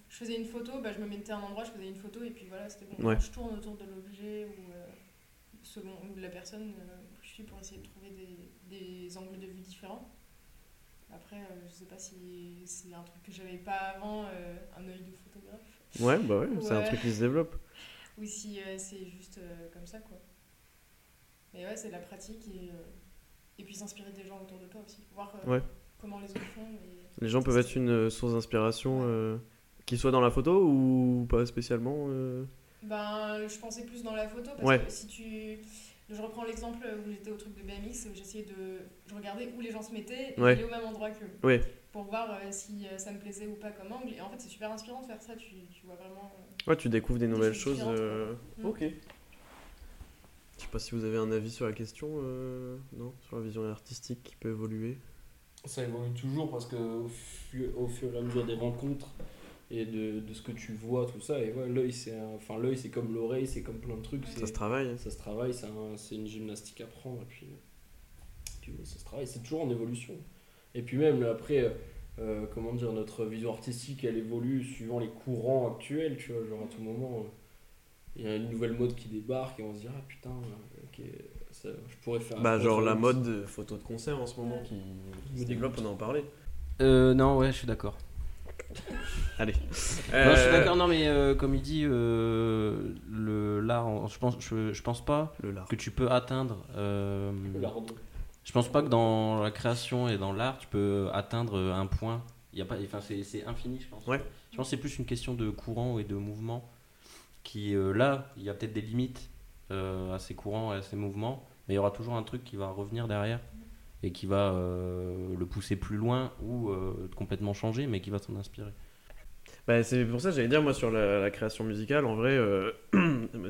Speaker 6: je faisais une photo, bah, je me mettais à un endroit, je faisais une photo et puis voilà, c'était bon.
Speaker 2: Ouais.
Speaker 6: Je tourne autour de l'objet ou euh, selon de la personne euh, que je suis pour essayer de trouver des, des angles de vue différents. Après, euh, je sais pas si c'est un truc que j'avais pas avant, euh, un œil de photographe,
Speaker 2: Ouais, bah ouais, c'est un
Speaker 6: Ouais.
Speaker 2: truc qui se développe.
Speaker 6: ou si euh, c'est juste euh, comme ça quoi. Mais ouais, c'est de la pratique et, euh, et puis s'inspirer des gens autour de toi aussi, voir euh,
Speaker 2: Ouais.
Speaker 6: comment les autres font. et-
Speaker 2: Les gens peuvent être une euh, source d'inspiration,
Speaker 6: Ouais.
Speaker 2: euh, qu'ils soient dans la photo ou pas spécialement. euh.
Speaker 6: Ben, je pensais plus dans la photo parce
Speaker 2: Ouais.
Speaker 6: que si tu. Je reprends l'exemple où j'étais au truc de BMX où j'essayais de. Je regardais où les gens se mettaient et
Speaker 2: Ouais.
Speaker 6: j'allais au même endroit qu'eux.
Speaker 2: Ouais.
Speaker 6: Pour voir euh, si euh, ça me plaisait ou pas comme angle. Et en fait, c'est super inspirant de faire ça. Tu, tu vois vraiment. euh,
Speaker 2: Ouais, tu découvres des nouvelles
Speaker 6: choses
Speaker 2: choses.
Speaker 6: différentes,
Speaker 2: euh.
Speaker 6: quoi. Mm.
Speaker 2: Ok. Je sais pas si vous avez un avis sur la question, euh, non Sur la vision artistique qui peut évoluer
Speaker 3: Ça évolue toujours parce que au, fu- au fur et à mesure des rencontres et de, de ce que tu vois, tout ça, et ouais, l'œil c'est un- enfin l'œil c'est comme l'oreille, c'est comme plein de trucs, c'est-
Speaker 2: Ça se travaille
Speaker 3: ça se travaille, c'est un- c'est une gymnastique à prendre et puis, puis ouais, ça se travaille, c'est toujours en évolution. Et puis même après, euh, comment dire, notre vision artistique elle évolue suivant les courants actuels, tu vois, genre à tout moment. euh, il y a une nouvelle mode qui débarque et on se dit ah putain euh, ok ça, je pourrais faire un
Speaker 2: Bah,
Speaker 3: truc
Speaker 2: genre
Speaker 3: sur
Speaker 2: la
Speaker 3: le-
Speaker 2: mode euh, photo de concert en ce moment qui qui se
Speaker 3: Me
Speaker 2: développe, on en parlait.
Speaker 1: Euh, non, ouais, je suis d'accord.
Speaker 2: [laughs] Allez.
Speaker 1: Non, je suis d'accord, non, mais euh, comme il dit, euh, le, l'art, en- je pense, je, je pense pas
Speaker 2: Le lard.
Speaker 1: que tu peux atteindre. euh,
Speaker 3: la robe.
Speaker 1: je pense pas que dans la création et dans l'art, tu peux atteindre euh, un point. Il Y a pas, enfin, c'est, c'est infini, je pense.
Speaker 2: Ouais.
Speaker 1: Je pense que c'est plus une question de courant et de mouvement. Qui, euh, là, il y a peut-être des limites euh, à ces courants et à ces mouvements, mais il y aura toujours un truc qui va revenir derrière et qui va euh, le pousser plus loin ou euh, complètement changer, mais qui va t'en inspirer.
Speaker 2: Bah, c'est pour ça que j'allais dire, moi, sur la, la création musicale, en vrai, euh,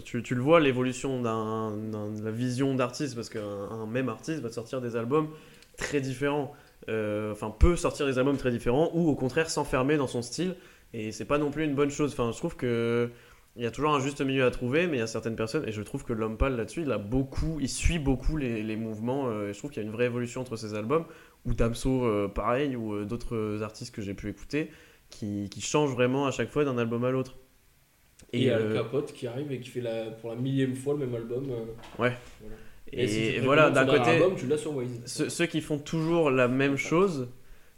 Speaker 2: tu, tu le vois, l'évolution d'un- d'un- de la vision d'artiste, parce qu'un un même artiste va te sortir des albums très différents, euh, enfin, peut sortir des albums très différents, ou au contraire s'enfermer dans son style, et c'est pas non plus une bonne chose. Enfin, je trouve que. Il y a toujours un juste milieu à trouver, mais il y a certaines personnes, et je trouve que l'homme pâle là-dessus, il a beaucoup, il suit beaucoup les, les mouvements, euh, et je trouve qu'il y a une vraie évolution entre ses albums, ou Damso, euh, pareil, ou euh, d'autres artistes que j'ai pu écouter qui, qui change vraiment à chaque fois d'un album à l'autre.
Speaker 3: Et il y a le
Speaker 2: euh,
Speaker 3: capote qui arrive et qui fait la, pour la millième fois le même album. euh.
Speaker 2: et
Speaker 3: si tu te
Speaker 2: voilà, d'un
Speaker 3: précommandes son dernier
Speaker 2: côté,
Speaker 3: album, tu l'as sur Waze.
Speaker 2: ceux, ceux qui font toujours la même chose,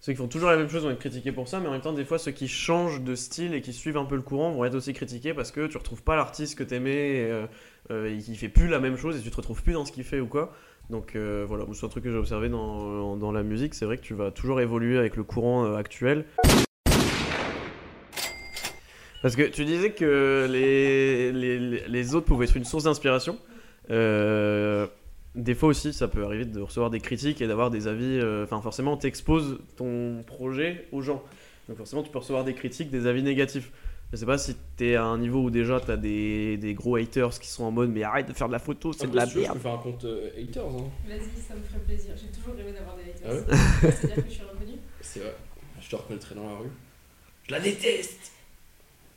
Speaker 2: ceux qui font toujours la même chose vont être critiqués pour ça, mais en même temps, des fois, ceux qui changent de style et qui suivent un peu le courant vont être aussi critiqués parce que tu retrouves pas l'artiste que t'aimais, et, euh, euh, et qui fait plus la même chose et tu te retrouves plus dans ce qu'il fait ou quoi. Donc euh, voilà, c'est un truc que j'ai observé dans, dans la musique, c'est vrai que tu vas toujours évoluer avec le courant euh, actuel. Parce que tu disais que les, les, les autres pouvaient être une source d'inspiration. Euh, des fois aussi, ça peut arriver de recevoir des critiques et d'avoir des avis. euh, Enfin, forcément, t'exposes ton projet aux gens. Donc, forcément, tu peux recevoir des critiques, des avis négatifs. Je sais pas si t'es à un niveau où déjà t'as des, des gros haters qui sont en mode mais arrête de faire de la photo, c'est de la
Speaker 3: Je
Speaker 2: merde.
Speaker 3: peux faire un compte euh, haters. Hein.
Speaker 6: Vas-y, ça me ferait plaisir. J'ai toujours rêvé d'avoir des haters.
Speaker 3: Ah ouais
Speaker 6: [laughs] C'est-à-dire que je suis reconnue.
Speaker 3: C'est vrai. Je te reconnaîtrai dans la rue. Je la déteste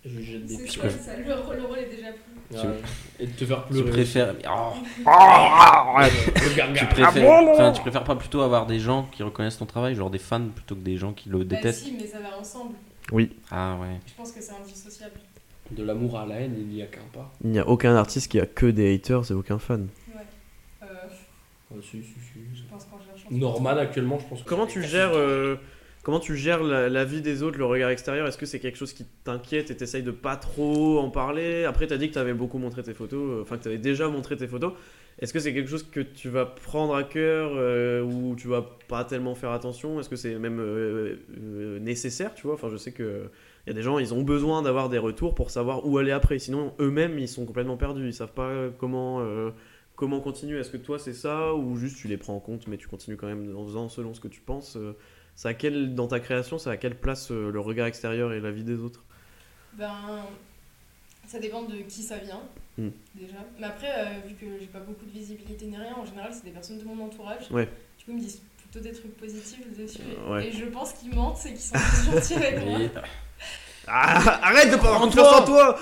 Speaker 3: Je lui jette des
Speaker 6: C'est
Speaker 3: pieds.
Speaker 6: ça, ça. Le, le rôle est déjà plus.
Speaker 3: Ouais. Et de te faire
Speaker 7: Tu
Speaker 3: pleurer.
Speaker 7: préfères. Oh,
Speaker 3: Ouais, regarde,
Speaker 7: [laughs] tu
Speaker 3: regarde.
Speaker 7: préfères. enfin, tu préfères pas plutôt avoir des gens qui reconnaissent ton travail, genre des fans, plutôt que des gens qui le
Speaker 6: Bah
Speaker 7: détestent
Speaker 6: si, mais ça va ensemble.
Speaker 7: Ah
Speaker 6: [laughs]
Speaker 7: ouais.
Speaker 6: Je pense que c'est indissociable.
Speaker 3: De l'amour à la haine, il n'y a qu'un pas.
Speaker 2: Il n'y a aucun artiste qui a que des haters et aucun fan.
Speaker 6: Ouais. Euh,
Speaker 3: Ah, si, si, si.
Speaker 6: je pense qu'en cherchant.
Speaker 3: Norman, actuellement, je pense que.
Speaker 2: Comment tu gères, euh, comment tu gères la, la vie des autres, le regard extérieur Est-ce que c'est quelque chose qui t'inquiète et t'essayes de pas trop en parler Après, t'as dit que t'avais beaucoup montré tes photos, euh, enfin que t'avais déjà montré tes photos. Est-ce que c'est quelque chose que tu vas prendre à cœur euh, ou tu vas pas tellement faire attention Est-ce que c'est même euh, euh, nécessaire, tu vois Enfin, je sais que il y a des gens, ils ont besoin d'avoir des retours pour savoir où aller après. Sinon, eux-mêmes, ils sont complètement perdus. Ils savent pas comment. euh, comment continuer Est-ce que toi c'est ça ou juste tu les prends en compte mais tu continues quand même en faisant selon ce que tu penses euh, C'est à quelle dans ta création, c'est à quelle place euh, le regard extérieur et la vie des autres
Speaker 6: Ben, ça dépend de qui ça vient,
Speaker 2: Hmm.
Speaker 6: déjà. Mais après, euh, vu que j'ai pas beaucoup de visibilité ni rien, en général, c'est des personnes de mon entourage.
Speaker 2: Ouais.
Speaker 6: Du coup, ils me disent plutôt des trucs positifs dessus.
Speaker 2: Euh, ouais.
Speaker 6: Et je pense qu'ils mentent et qu'ils sont plus
Speaker 2: [laughs]
Speaker 6: gentils avec moi.
Speaker 7: Et-
Speaker 2: Ah, arrête de pas avoir
Speaker 7: Crois en
Speaker 2: confiance en toi.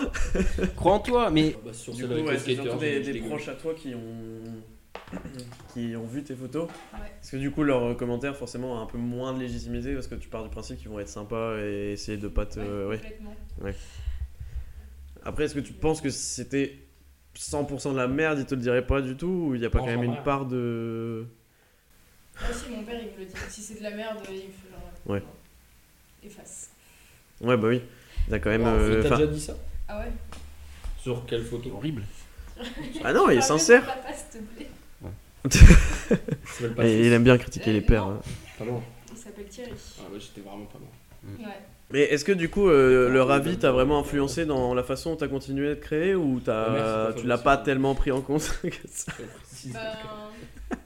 Speaker 7: Crois en toi, mais
Speaker 3: Bah, sur
Speaker 2: euh, Du
Speaker 3: celle
Speaker 2: coup,
Speaker 3: avec
Speaker 2: ouais,
Speaker 3: les
Speaker 2: c'est
Speaker 3: skaters,
Speaker 2: surtout des,
Speaker 3: je- je
Speaker 2: des
Speaker 3: dégueule.
Speaker 2: proches à toi qui ont [coughs] qui ont vu tes photos.
Speaker 6: Ouais.
Speaker 2: Parce que du coup, leurs euh, commentaires forcément ont un peu moins de légitimité parce que tu pars du principe qu'ils vont être sympas et essayer de pas te
Speaker 6: Ouais,
Speaker 2: ouais.
Speaker 6: complètement.
Speaker 2: Après, est-ce que tu penses que si c'était 100% de la merde, ils te le diraient pas du tout ou il y a pas quand
Speaker 3: Enfin,
Speaker 2: même
Speaker 3: ouais.
Speaker 2: une part de
Speaker 6: Moi aussi, mon père, il me le dit. Si c'est de la merde, il me fait genre. euh,
Speaker 2: Ouais.
Speaker 6: Efface.
Speaker 2: Ouais, bah oui. T'as quand même.
Speaker 3: Ah,
Speaker 2: euh,
Speaker 3: T'as
Speaker 2: enfin-
Speaker 3: déjà dit ça
Speaker 6: Ah ouais
Speaker 3: Sur quelle photo
Speaker 7: horrible.
Speaker 2: Ah non, il est
Speaker 6: Parle
Speaker 2: sincère.
Speaker 6: de papa, s'il te plaît.
Speaker 3: Ça s'appelle pas
Speaker 2: Et
Speaker 3: fils.
Speaker 2: il aime bien critiquer
Speaker 6: Euh,
Speaker 2: les pères.
Speaker 6: non.
Speaker 2: hein.
Speaker 3: Pas loin.
Speaker 6: Il s'appelle Thierry.
Speaker 3: Ah ouais, j'étais vraiment pas loin.
Speaker 6: Ouais.
Speaker 2: Mais est-ce que du coup, euh, leur
Speaker 3: Ouais,
Speaker 2: avis
Speaker 3: ouais.
Speaker 2: t'a vraiment influencé dans la façon dont t'as continué de créer ou t'as-
Speaker 3: Ouais, Ah, merci, pas
Speaker 2: tu l'as pas
Speaker 3: favorable.
Speaker 2: tellement pris en compte [laughs] que ça
Speaker 3: Très précis.
Speaker 6: Ben.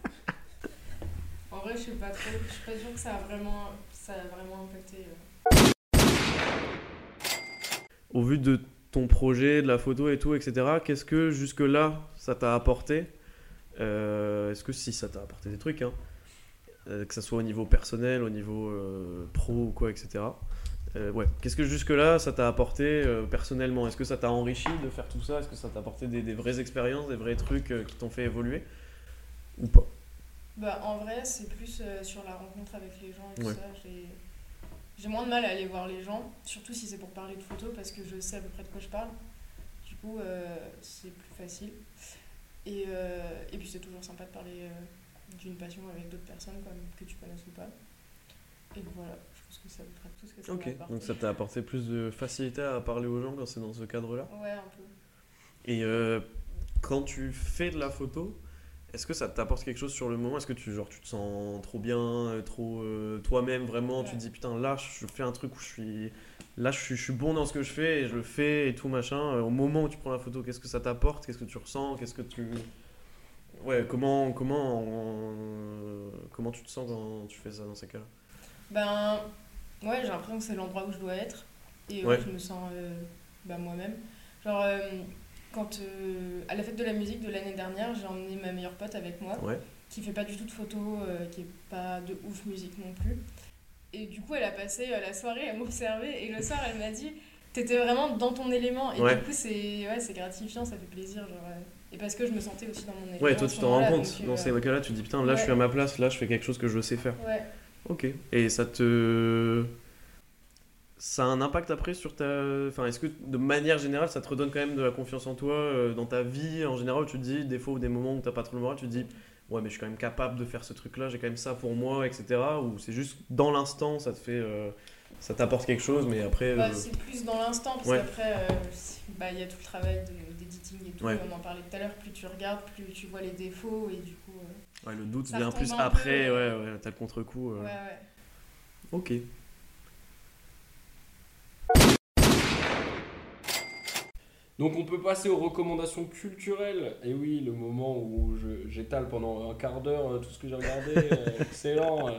Speaker 6: En vrai, je sais pas trop. Je suis pas sûre que ça a vraiment, ça a vraiment impacté. euh,
Speaker 2: Au vu de ton projet, de la photo et tout, etc., qu'est-ce que jusque-là ça t'a apporté Euh, Est-ce que si ça t'a apporté des trucs, hein, euh, que ça soit au niveau personnel, au niveau euh, pro ou quoi, etc. Euh, ouais. Qu'est-ce que jusque-là ça t'a apporté euh, personnellement Est-ce que ça t'a enrichi de faire tout ça Est-ce que ça t'a apporté des, des vraies expériences, des vrais trucs euh, qui t'ont fait évoluer Ou pas
Speaker 6: Bah, en vrai, c'est plus euh, sur la rencontre avec les gens et tout
Speaker 2: Ouais.
Speaker 6: ça. J'ai... j'ai moins de mal à aller voir les gens, surtout si c'est pour parler de photos, parce que je sais à peu près de quoi je parle. Du coup, euh, c'est plus facile. Et, euh, et puis, c'est toujours sympa de parler euh, d'une passion avec d'autres personnes, quoi, que tu connaisses ou pas. Et voilà, je pense que c'est à peu près tout ce que ça m'a apporté.
Speaker 2: Donc ça t'a apporté plus de facilité à parler aux gens quand c'est dans ce cadre-là
Speaker 6: Ouais, un peu.
Speaker 2: Et euh, quand tu fais de la photo, est-ce que ça t'apporte quelque chose sur le moment Est-ce que tu, genre, tu te sens trop bien, euh, trop euh, toi-même vraiment Tu te
Speaker 6: Ouais.
Speaker 2: dis putain là je fais un truc où je suis là je suis, je suis bon dans ce que je fais et je le fais et tout machin. Euh, Au moment où tu prends la photo, qu'est-ce que ça t'apporte Qu'est-ce que tu ressens Qu'est-ce que tu ouais comment comment euh, comment tu te sens quand tu fais ça dans ces cas-là
Speaker 6: Ben, ouais, j'ai l'impression que c'est l'endroit où je dois être. Et ouais,
Speaker 2: Ouais.
Speaker 6: je me sens euh, ben, moi-même. Genre, euh, quand euh, à la fête de la musique de l'année dernière, j'ai emmené ma meilleure pote avec moi,
Speaker 2: Ouais.
Speaker 6: qui fait pas du tout de photos, euh, qui est pas de ouf musique non plus. Et du coup, elle a passé euh, la soirée à m'observer. Et le soir, elle m'a dit T'étais vraiment dans ton élément. Et
Speaker 2: Ouais.
Speaker 6: du coup, c'est ouais, c'est gratifiant, ça fait plaisir. Genre, euh, et parce que je me sentais aussi dans mon élément.
Speaker 2: Ouais, toi
Speaker 6: à
Speaker 2: tu
Speaker 6: ce
Speaker 2: t'en rends
Speaker 6: moment-là,
Speaker 2: compte
Speaker 6: donc,
Speaker 2: dans
Speaker 6: euh,
Speaker 2: ces cas-là, tu te dis putain là je
Speaker 6: ouais.
Speaker 2: suis à ma place, là je fais quelque chose que je sais faire.
Speaker 6: Ouais.
Speaker 2: Ok. Et ça te. Ça a un impact après sur ta. Enfin, est-ce que de manière générale, ça te redonne quand même de la confiance en toi euh, dans ta vie en général où Tu te dis, des fois ou des moments où t'as pas trop le moral, tu te dis, ouais, mais je suis quand même capable de faire ce truc-là, j'ai quand même ça pour moi, etc. Ou c'est juste dans l'instant, ça te fait. euh, Ça t'apporte quelque chose, mais après.
Speaker 6: Bah,
Speaker 2: euh,
Speaker 6: c'est plus dans l'instant, parce
Speaker 2: ouais.
Speaker 6: qu'après, euh, c'est- bah, il y a tout le travail de- d'éditing et tout,
Speaker 2: Ouais.
Speaker 6: on en parlait tout à l'heure, plus tu regardes, plus tu vois les défauts, et du coup... euh,
Speaker 2: ouais, le doute
Speaker 6: ça
Speaker 2: vient
Speaker 6: retombe
Speaker 2: plus
Speaker 6: un peu,
Speaker 2: après,
Speaker 6: ouais.
Speaker 2: ouais, ouais, t'as le contre-coup. euh.
Speaker 6: ouais, ouais.
Speaker 2: Ok.
Speaker 3: Donc on peut passer aux recommandations culturelles. Et oui, le moment où je- j'étale pendant un [laughs] quart d'heure euh, tout ce que j'ai regardé, euh, excellent. euh.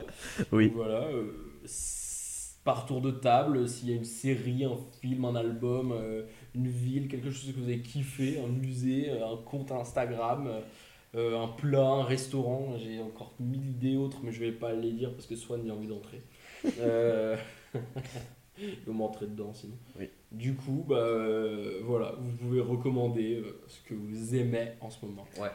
Speaker 2: Oui.
Speaker 3: Voilà. euh, s- par tour de table, s'il y a une série, un film, un album, euh, une ville, quelque chose que vous avez kiffé, un musée, euh, un compte Instagram, euh, euh, un plat, un restaurant. J'ai encore mille idées autres, mais je vais pas les dire parce que Swan a envie d'entrer. Euh, [laughs] Il va m'entrer dedans sinon.
Speaker 2: Oui.
Speaker 3: Du coup, bah, euh, voilà, vous pouvez recommander euh, ce que vous aimez en ce moment.
Speaker 1: Ouais.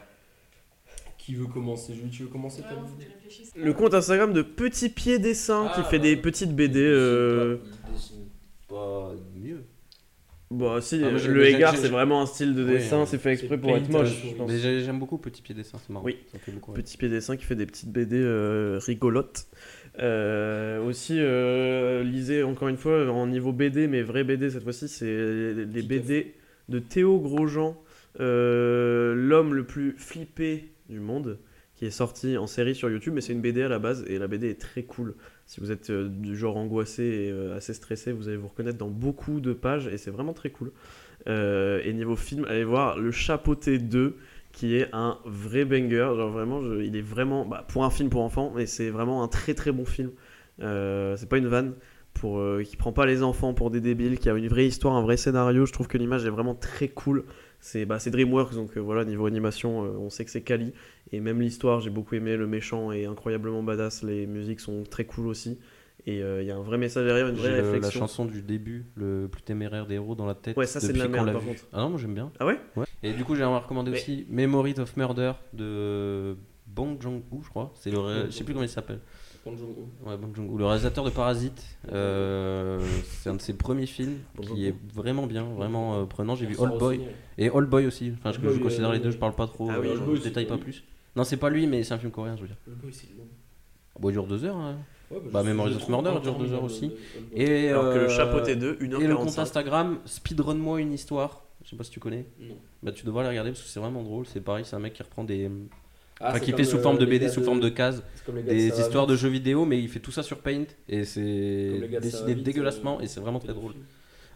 Speaker 3: Qui veut commencer Julie, tu veux commencer
Speaker 8: Ouais,
Speaker 3: Tom
Speaker 8: faut que je réfléchisse.
Speaker 2: Le compte Instagram de Petit Pied Dessin qui
Speaker 1: Ah,
Speaker 2: fait
Speaker 1: bah.
Speaker 2: des petites BD. euh,
Speaker 1: Il dessine pas mieux.
Speaker 2: Bon, Bah, si,
Speaker 7: Ah, moi, j'ai-
Speaker 2: le
Speaker 7: j'ai-
Speaker 2: égard,
Speaker 7: j'ai-
Speaker 2: c'est vraiment un style de
Speaker 3: Oui,
Speaker 2: dessin,
Speaker 3: oui.
Speaker 2: c'est fait exprès
Speaker 3: C'est
Speaker 2: pour être
Speaker 3: paint à la
Speaker 2: moche, je
Speaker 3: souris.
Speaker 2: pense.
Speaker 7: Mais j'ai- j'aime beaucoup Petit Pied Dessin, c'est marrant.
Speaker 2: Oui.
Speaker 7: Ça me fait beaucoup. rire.
Speaker 2: Petit Pied Dessin qui fait des petites BD euh, rigolotes. Euh, aussi, euh, lisez encore une fois en niveau BD, mais vrai BD cette fois-ci, c'est les
Speaker 3: Petit
Speaker 2: BD de Théo Grosjean, euh, l'homme le plus flippé du monde, qui est sorti en série sur YouTube, mais c'est une BD à la base, et la BD est très cool. Si vous êtes euh, du genre angoissé et euh, assez stressé, vous allez vous reconnaître dans beaucoup de pages, et c'est vraiment très cool. Euh, et niveau film, allez voir Le Chapeauté 2, qui est un vrai banger. Genre vraiment, je- il est vraiment bah, pour un film pour enfants, mais c'est vraiment un très très bon film. Euh, c'est pas une vanne pour euh, qui prend pas les enfants pour des débiles, qui a une vraie histoire, un vrai scénario. Je trouve que l'image est vraiment très cool. C'est bah, c'est DreamWorks, donc euh, voilà niveau animation, euh, on sait que c'est quali. Et même l'histoire, j'ai beaucoup aimé. Le méchant est incroyablement badass. Les musiques sont très cool aussi. Et euh, il y a un vrai message derrière, une
Speaker 7: J'ai
Speaker 2: vraie
Speaker 7: le- la
Speaker 2: réflexion.
Speaker 7: chanson du début, le plus téméraire des héros dans la tête.
Speaker 2: Ouais, ça c'est de la
Speaker 7: depuis qu'on
Speaker 2: merde
Speaker 7: l'a
Speaker 2: par
Speaker 7: vu.
Speaker 2: contre.
Speaker 7: Ah non, moi j'aime bien.
Speaker 2: Ah ouais
Speaker 7: Et du coup, j'aimerais recommander
Speaker 2: Mais-
Speaker 7: aussi Memories of Murder de Bong Joon-ho, je crois. C'est le, ré-
Speaker 3: Bong
Speaker 7: je sais plus comment il s'appelle.
Speaker 3: Bonjour.
Speaker 7: Ouais, Bong Joon-ho, le réalisateur de Parasite. Euh, c'est un de ses premiers films
Speaker 2: Bong
Speaker 7: qui
Speaker 2: Joon-ho.
Speaker 7: est vraiment bien, vraiment euh, prenant. J'ai vu
Speaker 3: Ça
Speaker 7: Old Boy
Speaker 3: renseigne.
Speaker 7: et Old Boy aussi. Enfin, je,
Speaker 3: Old Boy,
Speaker 7: je considère
Speaker 3: euh,
Speaker 7: les deux. Je parle pas trop.
Speaker 2: Ah oui,
Speaker 7: euh,
Speaker 2: Old
Speaker 7: je
Speaker 3: Boy, c'est
Speaker 7: détaille
Speaker 3: pas
Speaker 7: pas
Speaker 3: lui.
Speaker 7: plus. Non, c'est pas lui, mais c'est un film coréen, je veux dire.
Speaker 3: Old Boy, c'est long.
Speaker 7: Bon, il dure deux heures. hein.
Speaker 3: Ouais,
Speaker 7: Bah,
Speaker 3: je-
Speaker 7: Memories
Speaker 3: je
Speaker 7: of
Speaker 3: trouve
Speaker 7: Murder
Speaker 3: pas
Speaker 7: dure deux heures
Speaker 3: terminable,
Speaker 7: aussi.
Speaker 3: Old Boy.
Speaker 7: Et,
Speaker 2: Alors que
Speaker 7: euh,
Speaker 2: le chapeauté 2,
Speaker 7: Et le compte
Speaker 2: 1h45.
Speaker 7: Instagram, speedrun-moi une histoire. Je sais pas si tu connais.
Speaker 3: Non.
Speaker 7: Bah, tu devras la regarder parce que c'est vraiment drôle. C'est pareil, c'est un mec qui reprend des.
Speaker 3: Ah,
Speaker 7: enfin,
Speaker 3: c'est
Speaker 7: qui
Speaker 3: comme,
Speaker 7: fait sous
Speaker 3: euh,
Speaker 7: forme de
Speaker 3: les
Speaker 7: BD,
Speaker 3: gars
Speaker 7: sous forme de cases,
Speaker 3: c'est comme les gars
Speaker 7: des
Speaker 3: ça va
Speaker 7: histoires
Speaker 3: vite.
Speaker 7: de jeux vidéo, mais il fait tout ça sur Paint. Et c'est
Speaker 3: Comme les gars ça va
Speaker 7: dessiné
Speaker 3: vite,
Speaker 7: dégueulassement
Speaker 3: euh,
Speaker 7: et c'est vraiment très drôle.
Speaker 3: pédophile.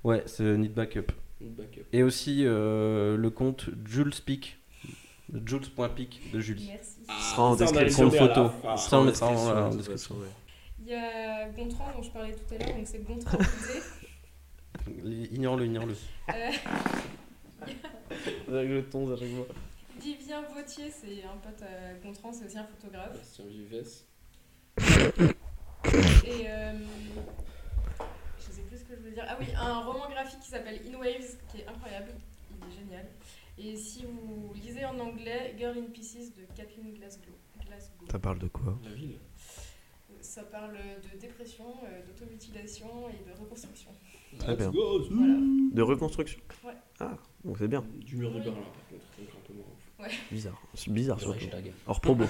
Speaker 7: Ouais, c'est Need Backup.
Speaker 3: Une backup.
Speaker 7: Et aussi euh, le compte Jules Peak. Jules.peak de Julie.
Speaker 6: Merci.
Speaker 2: sera en
Speaker 3: Ah, Ça, on a les
Speaker 7: description de
Speaker 3: sommets à la
Speaker 7: photo.
Speaker 3: fin.
Speaker 7: Ça, on mettra en- en description.
Speaker 8: Il y a Gontran dont je parlais tout à l'heure, donc c'est Gontran
Speaker 2: [laughs]
Speaker 8: Musée.
Speaker 7: Ignore-le, ignore-le.
Speaker 2: Avec le ton à chaque fois.
Speaker 8: Vivien Vautier, c'est un pote
Speaker 6: euh,
Speaker 8: à Gontran, c'est aussi un photographe.
Speaker 3: Bastien Vives.
Speaker 8: Et euh, je sais plus ce que je veux dire. Ah oui, un roman graphique qui s'appelle In Waves, qui est incroyable. Il est génial. Et si vous lisez en anglais, Girl in Pieces de Kathleen Glasgow. Glasgow.
Speaker 2: Ça parle de quoi
Speaker 3: La ville.
Speaker 8: Ça parle de dépression, euh, d'automutilation et de reconstruction.
Speaker 2: Très bien.
Speaker 3: go.
Speaker 8: Voilà.
Speaker 2: De reconstruction
Speaker 8: Ouais.
Speaker 2: Ah, donc c'est bien.
Speaker 3: Du mur de Berlin, par contre. donc un peu moins ouf.
Speaker 2: Bizarre. C'est bizarre
Speaker 3: Le
Speaker 2: surtout.
Speaker 3: Reichstag.
Speaker 2: Hors promo.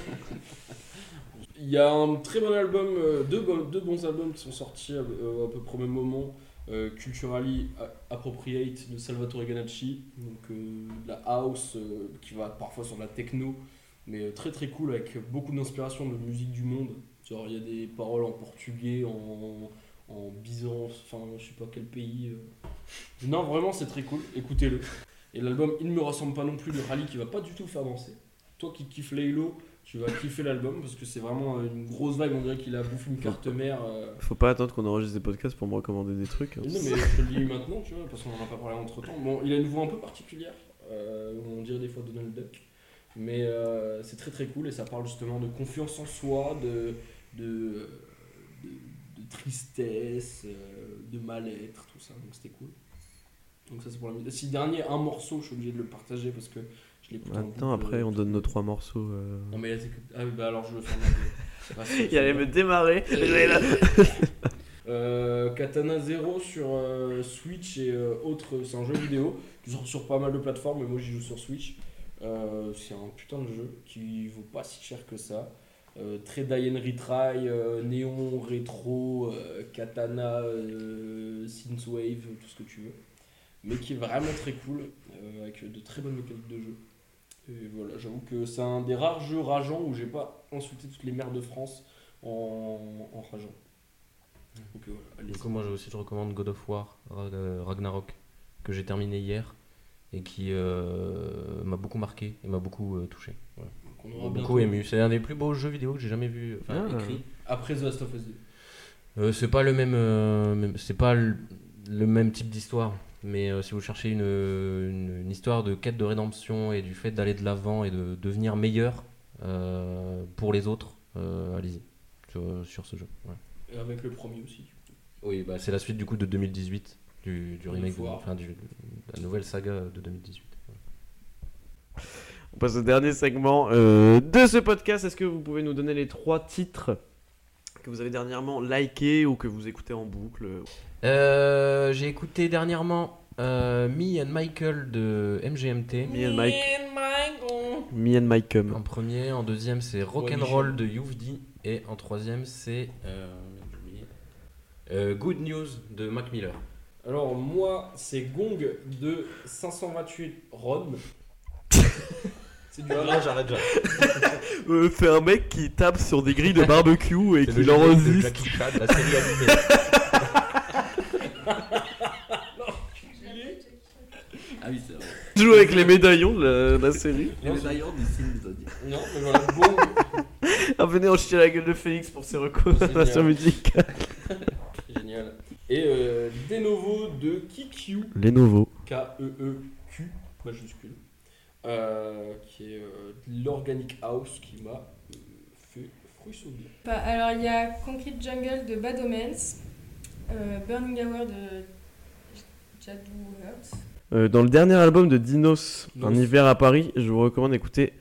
Speaker 3: Il y a un très bon album, euh, deux, bon- deux bons albums qui sont sortis euh, à peu près au même moment. euh, Culturally A- Appropriate de Salvatore Ganacci, donc euh, de la house euh, qui va parfois sur de la techno, mais euh, très très cool avec beaucoup d'inspiration de musique du monde. Genre il y a des paroles en portugais, en, en Byzance, enfin je sais pas quel pays. euh. Non vraiment c'est très cool, écoutez-le. Et l'album Il me ressemble pas non plus de Rally qui va pas du tout faire danser. Toi qui kiffes Laylo, tu vas kiffer l'album parce que c'est vraiment euh, une grosse vibe, on dirait qu'il a bouffé une carte mère. euh.
Speaker 2: Faut pas attendre qu'on enregistre des podcasts pour me recommander des trucs. hein.
Speaker 3: Mais non, mais je te le dis maintenant, tu vois, parce qu'on en a pas parlé entre temps. Bon, il a une voix un peu particulière, euh, on dirait des fois Donald Duck, mais euh, c'est très très cool et ça parle justement de confiance en soi, de, de, de- de tristesse, euh, de mal-être, tout ça, donc c'était cool. Donc ça c'est pour la musique. Si dernier, un morceau, je suis obligé de le partager parce que je l'écoute. en
Speaker 2: Attends,
Speaker 3: boucle.
Speaker 2: après on donne nos trois morceaux. euh.
Speaker 3: Non, mais là, c'est que- Ah, bah alors je le
Speaker 2: [laughs]
Speaker 3: fais. en anglais.
Speaker 2: Il allait me démarrer. j'allais là.
Speaker 3: Euh, Katana Zero sur euh, Switch et euh, autres, c'est un jeu vidéo qui sort sur pas mal de plateformes, mais moi j'y joue sur Switch. Euh, c'est un putain de jeu qui vaut pas si cher que ça. Euh, très die and retry, euh, néon, rétro, euh, katana, euh, synthwave, tout ce que tu veux. Mais qui est vraiment très cool, euh, avec de très bonnes mécaniques de jeu. Et voilà, j'avoue que c'est un des rares jeux rageants où j'ai pas insulté toutes les mères de France en, en rageant. Donc euh, voilà, allez
Speaker 1: Du coup, moi je- aussi je recommande God of War, Ra- euh, Ragnarok, que j'ai terminé hier et qui euh, m'a beaucoup marqué et m'a beaucoup euh, touché. Voilà.
Speaker 3: qu'on
Speaker 1: M'a
Speaker 3: aura
Speaker 1: beaucoup
Speaker 3: bientôt.
Speaker 1: ému. C'est un des plus beaux jeux vidéo que j'ai jamais vu, euh, enfin
Speaker 2: Oh, Ah.
Speaker 1: écrit.
Speaker 3: Après The Last of Us 2.
Speaker 1: Euh, c'est pas le même, euh, même- c'est pas le, le même type d'histoire. Mais euh, si vous cherchez une, une- une histoire de quête de rédemption et du fait d'aller de l'avant et de devenir meilleur euh, pour les autres, euh, allez-y sur, sur ce jeu. ouais.
Speaker 3: Et avec le premier aussi.
Speaker 1: Oui, bah, c'est la suite du coup de 2018 du, du
Speaker 3: Une
Speaker 1: remake, de,
Speaker 3: fois.
Speaker 1: enfin du- de la nouvelle saga de 2018.
Speaker 2: On passe au dernier segment euh, de ce podcast. Est-ce que vous pouvez nous donner les trois titres que vous avez dernièrement likés ou que vous écoutez en boucle
Speaker 1: Euh, j'ai écouté dernièrement euh, Me and Michael de MGMT.
Speaker 2: Me and Mike. Me and Mike Cum.
Speaker 1: En premier, en deuxième c'est Rock'n'Roll de Youvdi et en troisième c'est euh, j'ai oublié. Euh, Good News de Mac Miller.
Speaker 3: Alors moi, c'est Gong de 528 [laughs] Ron. c'est du rap.
Speaker 1: j'arrête déjà.
Speaker 2: Euh, c'est un mec qui tape sur des grilles de barbecue
Speaker 1: [laughs]
Speaker 2: et
Speaker 1: C'est le
Speaker 2: qui
Speaker 1: générique de
Speaker 2: l'enregistre.
Speaker 1: Jackie Chan, la série animée. ah oui, c'est vrai.
Speaker 2: Il joue avec les médaillons de la, de la série.
Speaker 3: Les
Speaker 1: médaillons du Sims.
Speaker 3: Non, mais voilà, Gong.
Speaker 2: Ah, venez en chier la gueule de Félix pour ses recommandations [laughs]
Speaker 3: Génial.
Speaker 2: musicales.
Speaker 3: [laughs] Génial. Et euh, Denovo de Kikyu.
Speaker 2: Les nouveaux.
Speaker 3: K-E-E-Q E majuscule, euh, qui est euh, de l'Organic House qui m'a euh, fait fruit souvenir.
Speaker 6: Bah, alors il y a Concrete Jungle de Bad Omens, euh, Burning Hour de Jadou Hurt.
Speaker 2: Euh, dans le dernier album de Dinos, Un
Speaker 3: Dinos.
Speaker 2: hiver à Paris, je vous recommande d'écouter.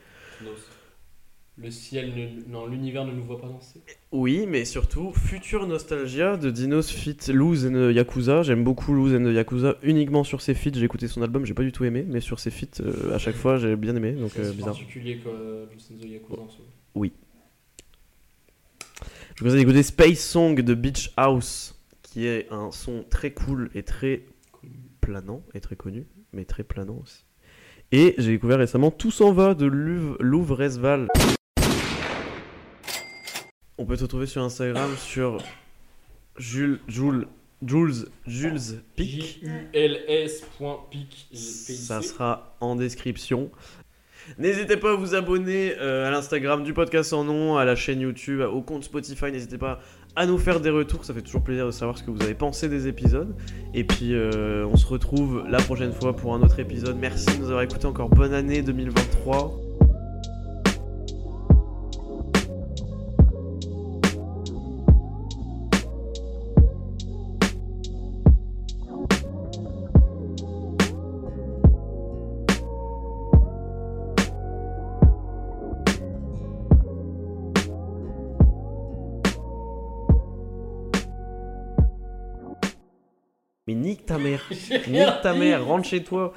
Speaker 3: Le ciel, ne- non, l'univers ne nous voit pas danser.
Speaker 2: Oui, mais surtout Future Nostalgia de Dinos feat Luz and Yakuza. J'aime beaucoup Luz and Yakuza uniquement sur ses feats. J'ai écouté son album, j'ai pas du tout aimé, mais sur ses feats, euh, à chaque fois, j'ai bien aimé. Donc
Speaker 3: C'est
Speaker 2: euh,
Speaker 3: assez
Speaker 2: bizarre.
Speaker 3: particulier que euh, le Senzo Yakuza en soi.
Speaker 2: Je vous conseille d'écouter Space Song de Beach House, qui est un son très cool et très planant, et très connu, mais très planant aussi. Et j'ai découvert récemment Tout s'en va de Luv- Louvre Resval. On peut te retrouver sur Instagram sur Jules, Jules, Jules, Jules Pic.
Speaker 3: J-U-L-S.pic.
Speaker 2: Ça sera en description. N'hésitez pas à vous abonner euh, à l'Instagram du podcast sans nom, à la chaîne YouTube, au compte Spotify. N'hésitez pas à nous faire des retours. Ça fait toujours plaisir de savoir ce que vous avez pensé des épisodes. Et puis, euh, on se retrouve la prochaine fois pour un autre épisode. Merci de nous avoir écoutés. Encore bonne année 2023. Mais nique ta mère. Nique ta mère. Rentre chez toi.